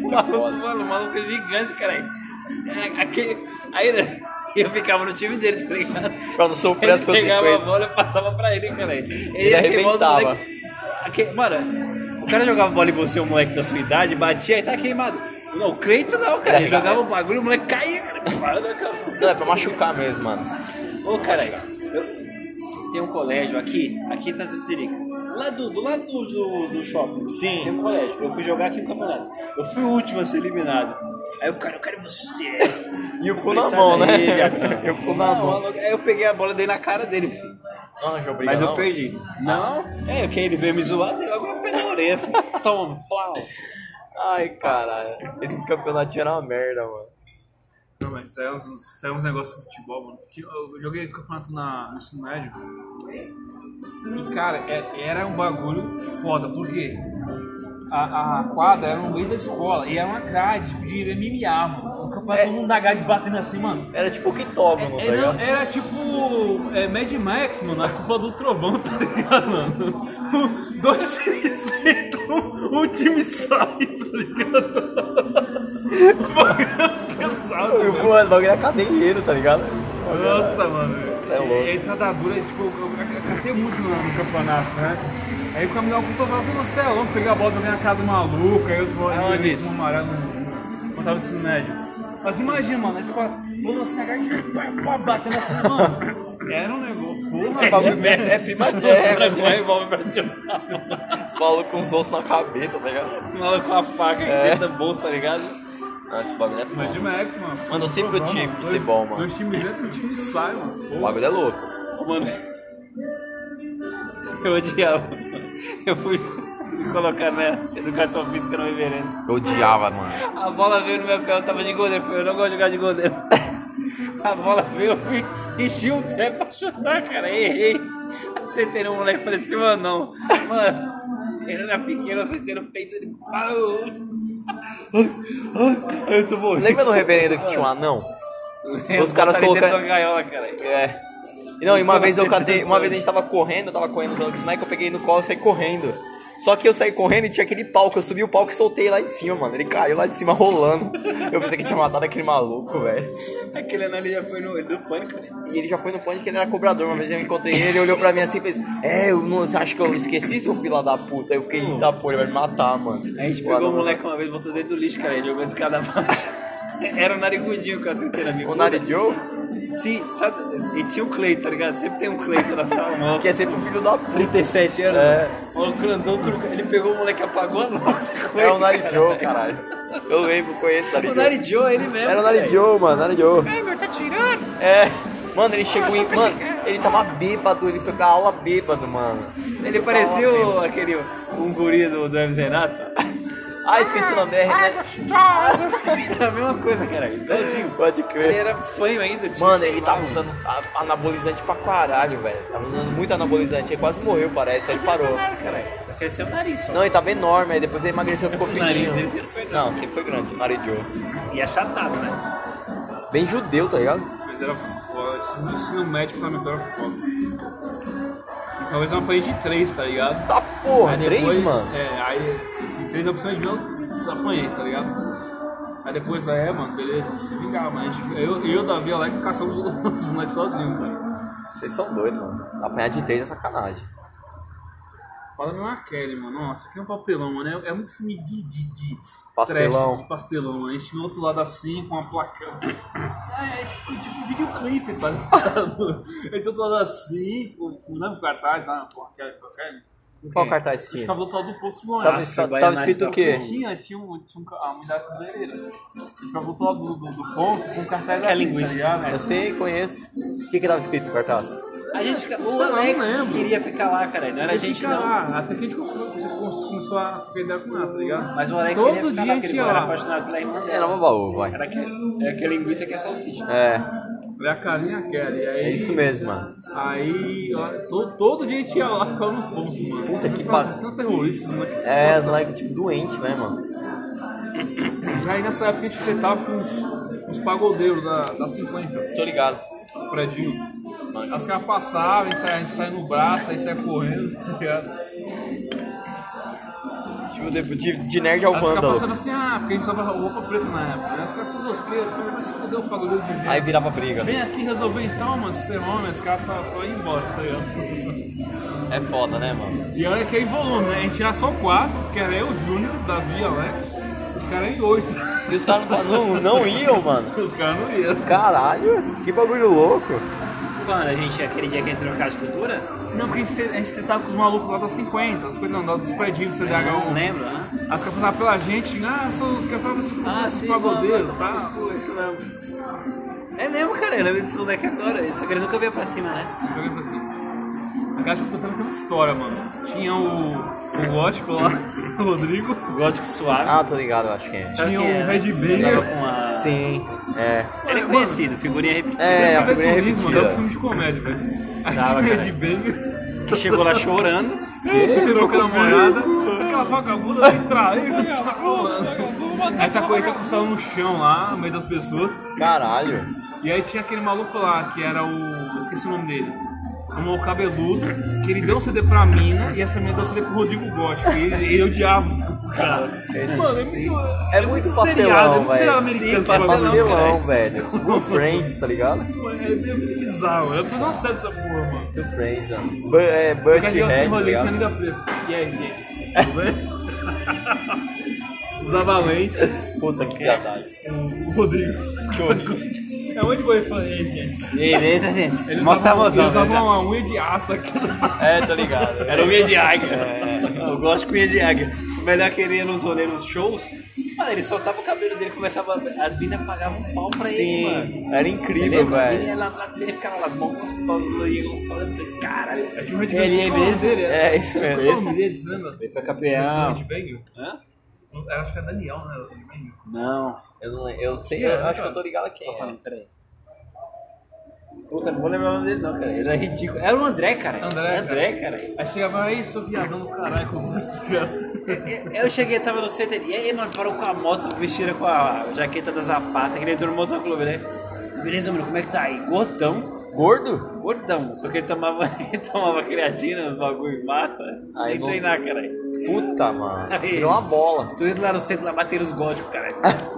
[SPEAKER 3] O maluco, mano, o maluco é gigante, caralho. É, Aquele... Aí né, eu ficava no time dele, tá ligado?
[SPEAKER 2] Pra não assim sofrer as
[SPEAKER 3] Ele pegava a
[SPEAKER 2] consequências.
[SPEAKER 3] bola e passava pra ele, cara. Ele, é
[SPEAKER 2] arrebentava.
[SPEAKER 3] queimava os moleque. Aque- Mano, o cara jogava bola em você, um moleque da sua idade, batia e tá queimado. Não, o Cleiton não, cara. Ele
[SPEAKER 2] Ele é arregava.
[SPEAKER 3] jogava o bagulho, o moleque caía, cara. Para, né, cara.
[SPEAKER 2] Não, é pra machucar mesmo, mano.
[SPEAKER 3] Ô, cara, eu- tem um colégio aqui, aqui em Itazipsirica. Lá do, do lado do, do, do shopping.
[SPEAKER 2] Sim.
[SPEAKER 3] Tem um colégio. Eu fui jogar aqui no campeonato. Eu fui o último a ser eliminado. Aí o cara, eu quero você.
[SPEAKER 2] E o cu na
[SPEAKER 3] Sai
[SPEAKER 2] mão, né?
[SPEAKER 3] daí, gatão.
[SPEAKER 2] E o cu na
[SPEAKER 3] Não,
[SPEAKER 2] mão.
[SPEAKER 3] maluco, Aí eu peguei a bola dei na cara dele, filho.
[SPEAKER 2] Não arranjou briga,
[SPEAKER 3] Mas eu
[SPEAKER 2] não?
[SPEAKER 3] perdi. Não? É, que ele veio me zoar, deu logo uma pé na orelha. filho. Toma, plau.
[SPEAKER 2] Ai, caralho. Esses campeonatos eram uma merda, mano.
[SPEAKER 1] Não, mas saiu uns, saiu uns negócios de futebol, mano. Que Eu eu joguei campeonato na, no ensino médio. E, cara, é- era um bagulho foda, porque a, a quadra era no meio da escola e era uma grade tipo, de MMA, mano. O campeonato
[SPEAKER 2] É.
[SPEAKER 1] todo mundo na grade batendo assim, mano.
[SPEAKER 2] Era tipo o Kitógono, tá
[SPEAKER 1] Era,
[SPEAKER 2] ligado?
[SPEAKER 1] É, era tipo é, Mad Max, mano, a culpa do trovão, tá ligado, mano? Dois times dentro, um time sai, tá ligado? O bagulho é pesado,
[SPEAKER 2] E o cu, o bagulho era cadeieiro, tá ligado?
[SPEAKER 1] nossa, mano.
[SPEAKER 2] é louco.
[SPEAKER 1] E entrada dura, tipo, eu catei muito no, no campeonato, né? Aí o caminhão com o Total falou, você é louco, peguei a bola, joguei na cara do maluco, aí eu tô
[SPEAKER 3] Aonde
[SPEAKER 1] eu-
[SPEAKER 3] isso?
[SPEAKER 1] um amarelo no- quando tava no ensino médio. Mas imagina, mano, a escola, todo assim na cara, pá, pá, batendo assim, mano. Era um negócio, porra, bagulho
[SPEAKER 2] É, é,
[SPEAKER 3] Pra
[SPEAKER 2] é,
[SPEAKER 3] com tipo, revólver pra cima.
[SPEAKER 2] os malucos com os ossos na cabeça, tá ligado?
[SPEAKER 3] O maluco com a faca
[SPEAKER 2] É.
[SPEAKER 3] dentro do bolso, tá ligado?
[SPEAKER 2] Ah, esse bagulho é
[SPEAKER 1] Mad
[SPEAKER 2] foda.
[SPEAKER 1] Max, mano.
[SPEAKER 2] Mano, eu sempre
[SPEAKER 1] Trovão,
[SPEAKER 2] odiei
[SPEAKER 1] dois-
[SPEAKER 2] futebol, mano.
[SPEAKER 1] Dois times dentro, um time sai, mano.
[SPEAKER 2] O bagulho é louco.
[SPEAKER 3] Ô, Mano, eu odiava. Eu fui me colocar na educação física no Iverendo.
[SPEAKER 2] Eu odiava, mano.
[SPEAKER 3] A bola veio no meu pé, eu tava de goleiro. eu falei, Eu não gosto de jogar de goleiro. A bola veio, eu fui, enchi o pé pra chutar, cara. Errei. Acertei no moleque, falei assim, mano, não. Mano, ele era pequeno, acertei no peito, ele parou. Ai, ai, eu tô morrendo.
[SPEAKER 2] Lembra do reverendo que tinha um anão? Os
[SPEAKER 3] Botaram
[SPEAKER 2] caras
[SPEAKER 3] ele dentro
[SPEAKER 2] colocando-
[SPEAKER 3] da gaiola, cara.
[SPEAKER 2] É. E Não, e uma vez eu catei, uma vez a gente tava correndo, eu tava correndo, os outros moleques, eu peguei no colo e saí correndo. Só que eu saí correndo e tinha aquele palco. Eu subi o palco e soltei lá de cima, mano. Ele caiu lá de cima rolando. Eu pensei que tinha matado aquele maluco, velho.
[SPEAKER 3] Aquele ano ele já foi no, do pânico, né?
[SPEAKER 2] E ele já foi no pânico, ele era cobrador. Uma vez eu encontrei ele, ele olhou pra mim assim e fez: É, eu não, você acha que eu esqueci seu fila da puta? Aí eu fiquei, da porra, ele vai me matar, mano.
[SPEAKER 3] A gente
[SPEAKER 2] Mano,
[SPEAKER 3] pegou o moleque uma vez, botou dentro do lixo, cara, e jogou a escada abaixo. Era o narigudinho com a chuteira, amigo.
[SPEAKER 2] O Naridio,
[SPEAKER 3] Sim, sabe? E tinha o Cleito, tá ligado? Sempre tem um Cleito na sala, mano.
[SPEAKER 2] que é sempre o filho da puta.
[SPEAKER 3] 37 anos.
[SPEAKER 2] É.
[SPEAKER 3] O grandão turco, ele pegou o moleque, apagou a nossa coisa.
[SPEAKER 2] É o Naridio, caralho. Eu lembro, conheço o
[SPEAKER 3] O
[SPEAKER 2] Naridio.
[SPEAKER 3] Naridio é ele mesmo.
[SPEAKER 2] Era o Naridio, mano, Naridio. É, meu, tá tirando? É. Mano, ele chegou em. Mano, ele tava bêbado, ele foi pra aula bêbado, mano.
[SPEAKER 3] Ele parecia o- aquele, um guri do, do MZ Renato.
[SPEAKER 2] Ah, esqueci o nome dele, né?
[SPEAKER 3] Era a mesma coisa, cara. Ele
[SPEAKER 2] Pode crer.
[SPEAKER 3] era fanho ainda, tinha.
[SPEAKER 2] Mano, ele tava usando a- anabolizante pra caralho, velho. Tava usando muito anabolizante. Ele quase morreu, parece. Aí ele parou.
[SPEAKER 3] Cara, cresceu o nariz só.
[SPEAKER 2] Não, ele tava enorme. Aí depois ele emagreceu e ficou
[SPEAKER 3] O nariz
[SPEAKER 2] fininho.
[SPEAKER 3] dele sempre foi grande.
[SPEAKER 2] Não, sempre foi grande. Naridio.
[SPEAKER 3] E achatado, né?
[SPEAKER 2] Bem judeu, tá ligado?
[SPEAKER 1] Mas era foda. Esse do ensino médio fundamental era foda. Talvez uma parede de três, tá ligado?
[SPEAKER 2] Tá porra,
[SPEAKER 1] Aí depois-
[SPEAKER 2] três, mano.
[SPEAKER 1] É, aí assim, três opções de eu apanhei, tá ligado? Aí depois, aí, é, mano, beleza, vamos se vingar, mas eu, eu Davi, Alex, caçamos os moleques sozinhos, cara.
[SPEAKER 2] Vocês são doidos, mano. Apanhar de três é sacanagem.
[SPEAKER 1] Fala meu Kelly, mano, nossa, aqui é um papelão, mano, é, é muito filme de, de, de
[SPEAKER 2] Pastelão.
[SPEAKER 1] trash, de pastelão, a gente no outro lado assim, com uma placa, é, é tipo, tipo videoclipe, tá ligado? Aí do outro lado assim, com, com não, com cartaz, tá, com aquele, com aquele,
[SPEAKER 2] Qual cartaz
[SPEAKER 1] acho que
[SPEAKER 2] tinha?
[SPEAKER 1] tava do outro lado do Porto do
[SPEAKER 2] Tava,
[SPEAKER 1] Goiás,
[SPEAKER 2] escrito- tava escrito o
[SPEAKER 3] Tipo,
[SPEAKER 2] quê?
[SPEAKER 1] Tinha, tinha, um, tinha um, ca- a unidade né? cabeleireira. Ele ficava do outro lado do, do, do ponto com um cartaz
[SPEAKER 3] é
[SPEAKER 1] assim,
[SPEAKER 3] linguiça,
[SPEAKER 1] tá ligado?
[SPEAKER 2] Eu sei, conheço. O que que tava escrito no cartaz?
[SPEAKER 3] A gente fica... O
[SPEAKER 1] Sei lá,
[SPEAKER 3] Alex
[SPEAKER 1] não
[SPEAKER 3] que
[SPEAKER 1] lembro.
[SPEAKER 3] queria ficar lá, cara. Não era a gente,
[SPEAKER 1] Fica
[SPEAKER 3] não.
[SPEAKER 1] lá, até que a gente começou, começou, começou- começou a trocar ideia com ela, tá ligado?
[SPEAKER 3] Mas o Alex
[SPEAKER 1] Todo
[SPEAKER 3] queria ficar lá,
[SPEAKER 1] dia
[SPEAKER 3] que ele
[SPEAKER 1] tinha
[SPEAKER 3] era
[SPEAKER 1] lá.
[SPEAKER 3] apaixonado pela irmã
[SPEAKER 2] Era
[SPEAKER 3] dela.
[SPEAKER 2] uma baú, vai.
[SPEAKER 3] Era aquele, é aquele linguiça que é salsicha.
[SPEAKER 2] É,
[SPEAKER 1] Falei, a carinha quer. E aí,
[SPEAKER 2] é isso mesmo, mano.
[SPEAKER 1] Aí, ó, to- todo dia a gente ia lá, ficava no ponto, mano.
[SPEAKER 2] Puta que
[SPEAKER 1] Nossa,
[SPEAKER 2] pariu.
[SPEAKER 1] Vocês são terroristas, mano.
[SPEAKER 2] É, os moleques tipo doente, né, mano?
[SPEAKER 1] E aí nessa época a gente tentava com os, os pagodeiros da, da 50,
[SPEAKER 2] Tô ligado.
[SPEAKER 1] o prédio. As caras passavam, a gente saia- a gente saia no braço, aí saia correndo, tá ligado?
[SPEAKER 2] Tipo, de, de, de nerd ao
[SPEAKER 1] Aí os caras
[SPEAKER 2] vândalo.
[SPEAKER 1] pensaram assim, ah, porque a gente usava roupa preta na época, né? Os caras são zosqueiros, como vai se fuder o pagodeiro de
[SPEAKER 2] Aí
[SPEAKER 1] vez?
[SPEAKER 2] virava briga. né?
[SPEAKER 1] Vem aqui resolver então, mas você homem, os caras só, só iam embora, tá ligado?
[SPEAKER 2] É foda, né, mano?
[SPEAKER 1] E olha que é em volume, né? A gente era só quatro, que era eu, Júnior, Davi e Alex, os caras em oito.
[SPEAKER 2] E os caras não, não iam, mano.
[SPEAKER 1] Os caras não iam.
[SPEAKER 2] Caralho, que bagulho louco.
[SPEAKER 3] Quando a gente, é aquele dia que entrou no Casa de Cultura,
[SPEAKER 1] Não, porque a gente, te- a gente tentava com os malucos lá das 50, as coisas não, dos prédios do CDH.
[SPEAKER 3] não
[SPEAKER 1] né?
[SPEAKER 3] lembro, né?
[SPEAKER 1] As caras passavam pela gente, ah, são os caras pra se fuder,
[SPEAKER 3] Ah,
[SPEAKER 1] esses
[SPEAKER 3] sim,
[SPEAKER 1] pagodeiros,
[SPEAKER 3] mano.
[SPEAKER 1] tá?
[SPEAKER 3] Pô, isso mesmo. É mesmo, cara, eu lembro desse moleque agora. Esse cara nunca veio pra cima, né?
[SPEAKER 1] Eu lembro assim. A Caixa Cultura tem uma história, mano. Tinha o, o gótico lá, o Rodrigo.
[SPEAKER 3] Gótico suave.
[SPEAKER 2] Ah, tô ligado, eu acho que é.
[SPEAKER 1] Tinha o Red
[SPEAKER 3] Tava
[SPEAKER 1] Banger.
[SPEAKER 3] com a...
[SPEAKER 2] Sim, é.
[SPEAKER 3] Era conhecido, figurinha repetida.
[SPEAKER 2] É, a
[SPEAKER 1] Essa versão
[SPEAKER 2] figurinha é
[SPEAKER 1] horrível, mano, é um
[SPEAKER 2] repetida.
[SPEAKER 1] filme de comédia, velho. Aí
[SPEAKER 3] Tava,
[SPEAKER 1] tinha o
[SPEAKER 3] cara.
[SPEAKER 1] Red Banger,
[SPEAKER 3] Que chegou lá chorando.
[SPEAKER 1] que tirou com a namorada, aquela vagabunda me traiu, que tá rolando. Aí tacou ele tá com o sal no chão lá, no meio das pessoas.
[SPEAKER 2] Caralho.
[SPEAKER 1] E aí tinha aquele maluco lá, que era o. esqueci o nome dele. Um maluco cabeludo, que ele deu um CD pra mina e essa mina deu um CD pro Rodrigo Gótico. E ele, ele odiava os cara. Mano, é muito.
[SPEAKER 2] É muito
[SPEAKER 1] seriado,
[SPEAKER 2] pastelão,
[SPEAKER 1] é muito seriado
[SPEAKER 2] velho.
[SPEAKER 1] americano.
[SPEAKER 3] Sim,
[SPEAKER 1] esse bagulho.
[SPEAKER 2] Pastelão, um
[SPEAKER 1] né?
[SPEAKER 2] velho. Tipo Friends, tá ligado?
[SPEAKER 1] É, é muito bizarro. Eu tô na série dessa porra, mano.
[SPEAKER 2] Tipo Friends, mano. Bu- É, Butthead, tá
[SPEAKER 1] rolê
[SPEAKER 2] ligado?
[SPEAKER 1] canida preta. E aí, gente? Tudo bem? Usava lente, É,
[SPEAKER 2] Puta que saudade.
[SPEAKER 1] o o Rodrigo. É muito bom ele falar, e aí, gente?
[SPEAKER 3] Beleza, gente.
[SPEAKER 1] Ele
[SPEAKER 3] Mostra a né?
[SPEAKER 1] usava, ele
[SPEAKER 3] botão.
[SPEAKER 1] usava
[SPEAKER 3] velho.
[SPEAKER 1] uma unha de aço aqui.
[SPEAKER 2] É, tô ligado.
[SPEAKER 3] Era o Unha de Águia. Eu gosto com Unha de Águia. O melhor é que ele ia nos rolê, nos shows, mano, ele soltava o cabelo dele, começava... a- As minas pagavam um pau pra ele, mano.
[SPEAKER 2] Sim, era incrível,
[SPEAKER 3] Lembra?
[SPEAKER 2] velho.
[SPEAKER 3] Ele ia lá lá dele, ficava lá, as mãos gostosas, loirinha gostosa. Eu falei, caralho.
[SPEAKER 1] Tinha um Red
[SPEAKER 3] Ele é
[SPEAKER 1] Banger, qual o nome
[SPEAKER 3] beleza?
[SPEAKER 1] dele?
[SPEAKER 2] É, isso
[SPEAKER 1] Qual o
[SPEAKER 2] mesmo.
[SPEAKER 1] nome dele, você lembra?
[SPEAKER 3] Ele foi campeão.
[SPEAKER 1] Red Banger?
[SPEAKER 3] Hã?
[SPEAKER 1] Eu acho que é Daniel, né? Red Banger.
[SPEAKER 3] Não.
[SPEAKER 2] Eu, não, eu sei, eu acho que eu tô ligado a quem é.
[SPEAKER 3] Calma, peraí. Puta, não vou lembrar o nome dele não, cara. Ele é ridículo. Era o André, cara.
[SPEAKER 1] André,
[SPEAKER 3] André cara.
[SPEAKER 1] Aí chegava, aí, sou viadão do caralho, tá que eu gosto, cara.
[SPEAKER 3] Eu- Eu cheguei, tava no center, e aí, mano, parou com a moto, vestida com a jaqueta da Zapata, que ele entrou no motoclube, né? Beleza, mano, como é que tá aí? Gordão,
[SPEAKER 2] Gordo?
[SPEAKER 3] Gordão, só que ele tomava, ele tomava creatina, uns bagulho massa.
[SPEAKER 2] Aí
[SPEAKER 3] sem
[SPEAKER 2] não-
[SPEAKER 3] treinar, caralho.
[SPEAKER 2] Puta, mano.
[SPEAKER 3] Aí.
[SPEAKER 2] Virou uma bola.
[SPEAKER 3] Tu indo lá no centro, lá bater nos góticos, caralho.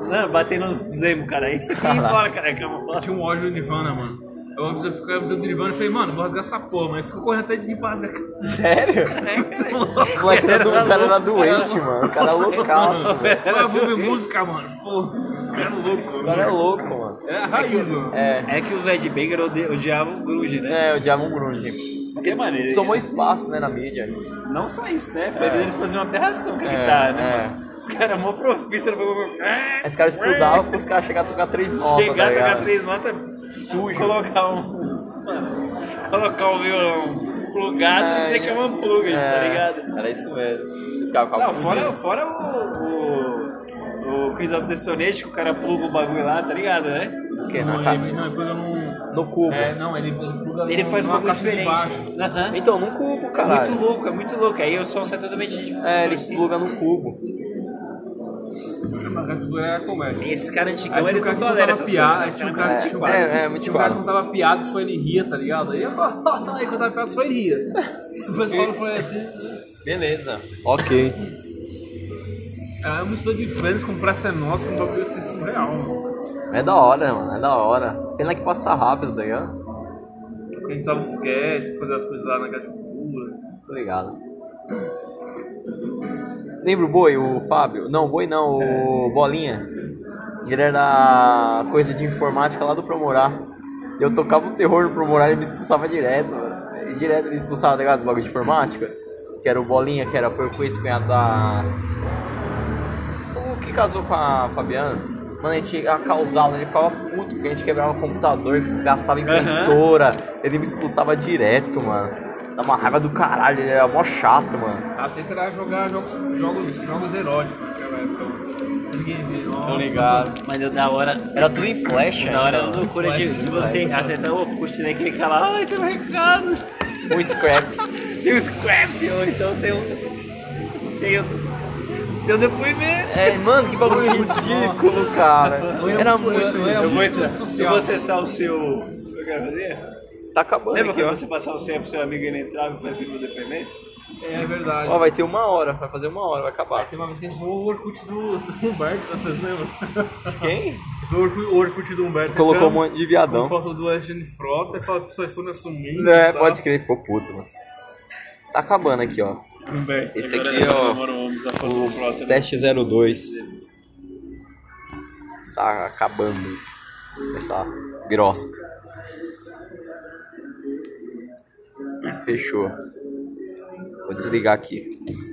[SPEAKER 3] Não, bater nos zemo, caralho. E embora, caralho, calma.
[SPEAKER 1] Tinha um ódio do Nirvana, mano. Eu antes eu ficava avisando do Nirvana e falei, mano, vou rasgar essa porra, mano. Ficou correndo até de mim pra rasgar.
[SPEAKER 2] Sério? O cara era, do- o cara era doente, mano. O cara é loucaço, velho.
[SPEAKER 1] Agora eu vou ver música, mano. Porra, o cara é louco,
[SPEAKER 2] O
[SPEAKER 1] mano.
[SPEAKER 2] cara é louco, mano.
[SPEAKER 1] É a raiz, mano.
[SPEAKER 2] É,
[SPEAKER 3] É que os Ed Banger ode- odiavam o Grunge, né?
[SPEAKER 2] é, o Diamond Grunge.
[SPEAKER 3] Porque, mano, ele-
[SPEAKER 2] Tomou espaço, né, na mídia.
[SPEAKER 3] não só isso, né? Pra eles eles faziam uma aberração com a
[SPEAKER 2] É,
[SPEAKER 3] guitarra,
[SPEAKER 2] é.
[SPEAKER 3] né? mano? Os caras mó profissa, no bagulho.
[SPEAKER 2] Esse cara estudava pros caras chegar a tocar três notas, tá
[SPEAKER 3] Chegar, tocar
[SPEAKER 2] ligado?
[SPEAKER 3] três notas, sujo. Colocar um. Mano, colocar um violão plugado e dizer que é uma pluga, tá ligado?
[SPEAKER 2] Era isso mesmo. Os caras
[SPEAKER 3] Não,
[SPEAKER 2] ficavam...
[SPEAKER 3] fora, é fora o, o. O Queens of Destonation, que o cara pluga o bagulho lá, tá ligado, né?
[SPEAKER 2] O quê?
[SPEAKER 1] Não,
[SPEAKER 2] é Na ca-
[SPEAKER 1] ele, não, ele pluga num.
[SPEAKER 2] No cubo.
[SPEAKER 1] É, não, ele pluga
[SPEAKER 3] Ele
[SPEAKER 1] num-
[SPEAKER 3] faz um
[SPEAKER 1] numa
[SPEAKER 3] bagulho
[SPEAKER 1] caixa de
[SPEAKER 3] diferente.
[SPEAKER 1] baixo.
[SPEAKER 3] Aham.
[SPEAKER 2] Então, num cubo,
[SPEAKER 3] É
[SPEAKER 2] caralho.
[SPEAKER 3] muito louco, é muito louco. Aí o som sai totalmente diferente.
[SPEAKER 2] É, ele pluga no cubo.
[SPEAKER 1] Mas aquilo é comédia.
[SPEAKER 3] Esse cara
[SPEAKER 1] Aí
[SPEAKER 3] antigão,
[SPEAKER 1] tinha
[SPEAKER 3] ele
[SPEAKER 1] um cara
[SPEAKER 3] Então não
[SPEAKER 1] que
[SPEAKER 3] tolera
[SPEAKER 1] contava
[SPEAKER 3] essas
[SPEAKER 1] piada, aí
[SPEAKER 3] coisas.
[SPEAKER 1] tinha um
[SPEAKER 3] Esse
[SPEAKER 1] cara
[SPEAKER 2] É,
[SPEAKER 1] que tinha um cara-
[SPEAKER 2] é, é, muito
[SPEAKER 1] tinha um cara que
[SPEAKER 2] quadro.
[SPEAKER 1] contava piada, só ele ria, tá ligado? Aí eu aí contava piada, só ele ria. Depois o Paulo foi assim.
[SPEAKER 2] Beleza. Ok.
[SPEAKER 1] É uma mistura de Friends com Praça é Nossa, um bagulho assim surreal, mano.
[SPEAKER 2] É da hora, mano. É da hora. Pena que passa rápido, tá ligado?
[SPEAKER 1] Porque a gente tava de sketch, fazer as coisas lá na Casa de Cultura.
[SPEAKER 2] Tô ligado. Lembra o Boi, o Fábio? Não, o Boi não, o Bolinha. Ele era coisa de informática lá do Promorá. Eu tocava o terror no Promorá e ele me expulsava direto, mano. E Direto ele expulsava, tá ligado? Os bagulho de informática. Que era o Bolinha, que era, foi o ex-cunhado da... O que casou com a Fabiana. Mano, a gente ia causá-lo, ele ficava puto porque a gente quebrava o computador, gastava impressora. Ele me expulsava direto, mano. Dava uma raiva do caralho, ele era mó chato, mano.
[SPEAKER 1] A tenta era jogar jogos, jogos, jogos eróticos naquela época. Se ninguém vê, nossa.
[SPEAKER 3] É. Mas deu da hora.
[SPEAKER 2] Era tudo em flecha.
[SPEAKER 3] Da hora é
[SPEAKER 2] então.
[SPEAKER 3] uma loucura de, de você acertar o Orkut, né? Clicar lá, ai, tem um recado.
[SPEAKER 2] Um scrap.
[SPEAKER 3] Tem um scrap, ou então tem um. Tem um, tem um depoimento.
[SPEAKER 2] É, mano, que bagulho ridículo, cara. Era muito.
[SPEAKER 1] eu era
[SPEAKER 3] Eu vou
[SPEAKER 1] muito
[SPEAKER 3] entrar. Eu
[SPEAKER 1] social.
[SPEAKER 3] vou acessar o seu. Eu quero fazer?
[SPEAKER 2] Tá acabando
[SPEAKER 3] Lembra
[SPEAKER 2] aqui,
[SPEAKER 3] quando
[SPEAKER 2] ó.
[SPEAKER 3] você passava o senha pro seu amigo e ele entrava e fazia o depoimento?
[SPEAKER 1] É verdade.
[SPEAKER 2] Ó, vai ter uma hora, vai fazer uma hora, vai acabar.
[SPEAKER 1] Tem uma vez que a gente zoou o Orkut do, do Humberto, vocês lembram?
[SPEAKER 2] Quem?
[SPEAKER 1] Zoou o Orkut- o Orkut do Humberto. é
[SPEAKER 2] Colocou um
[SPEAKER 1] Campos,
[SPEAKER 2] monte de viadão.
[SPEAKER 1] Com foto do Eugênio Frota é e fala que só estou me assumindo.
[SPEAKER 2] É,
[SPEAKER 1] tá?
[SPEAKER 2] pode crer, ficou puto, mano. Tá acabando aqui, ó.
[SPEAKER 1] Humberto.
[SPEAKER 2] Esse aqui, ó. O teste 02. Está acabando. Essa grossa. Fechou. Vou desligar aqui.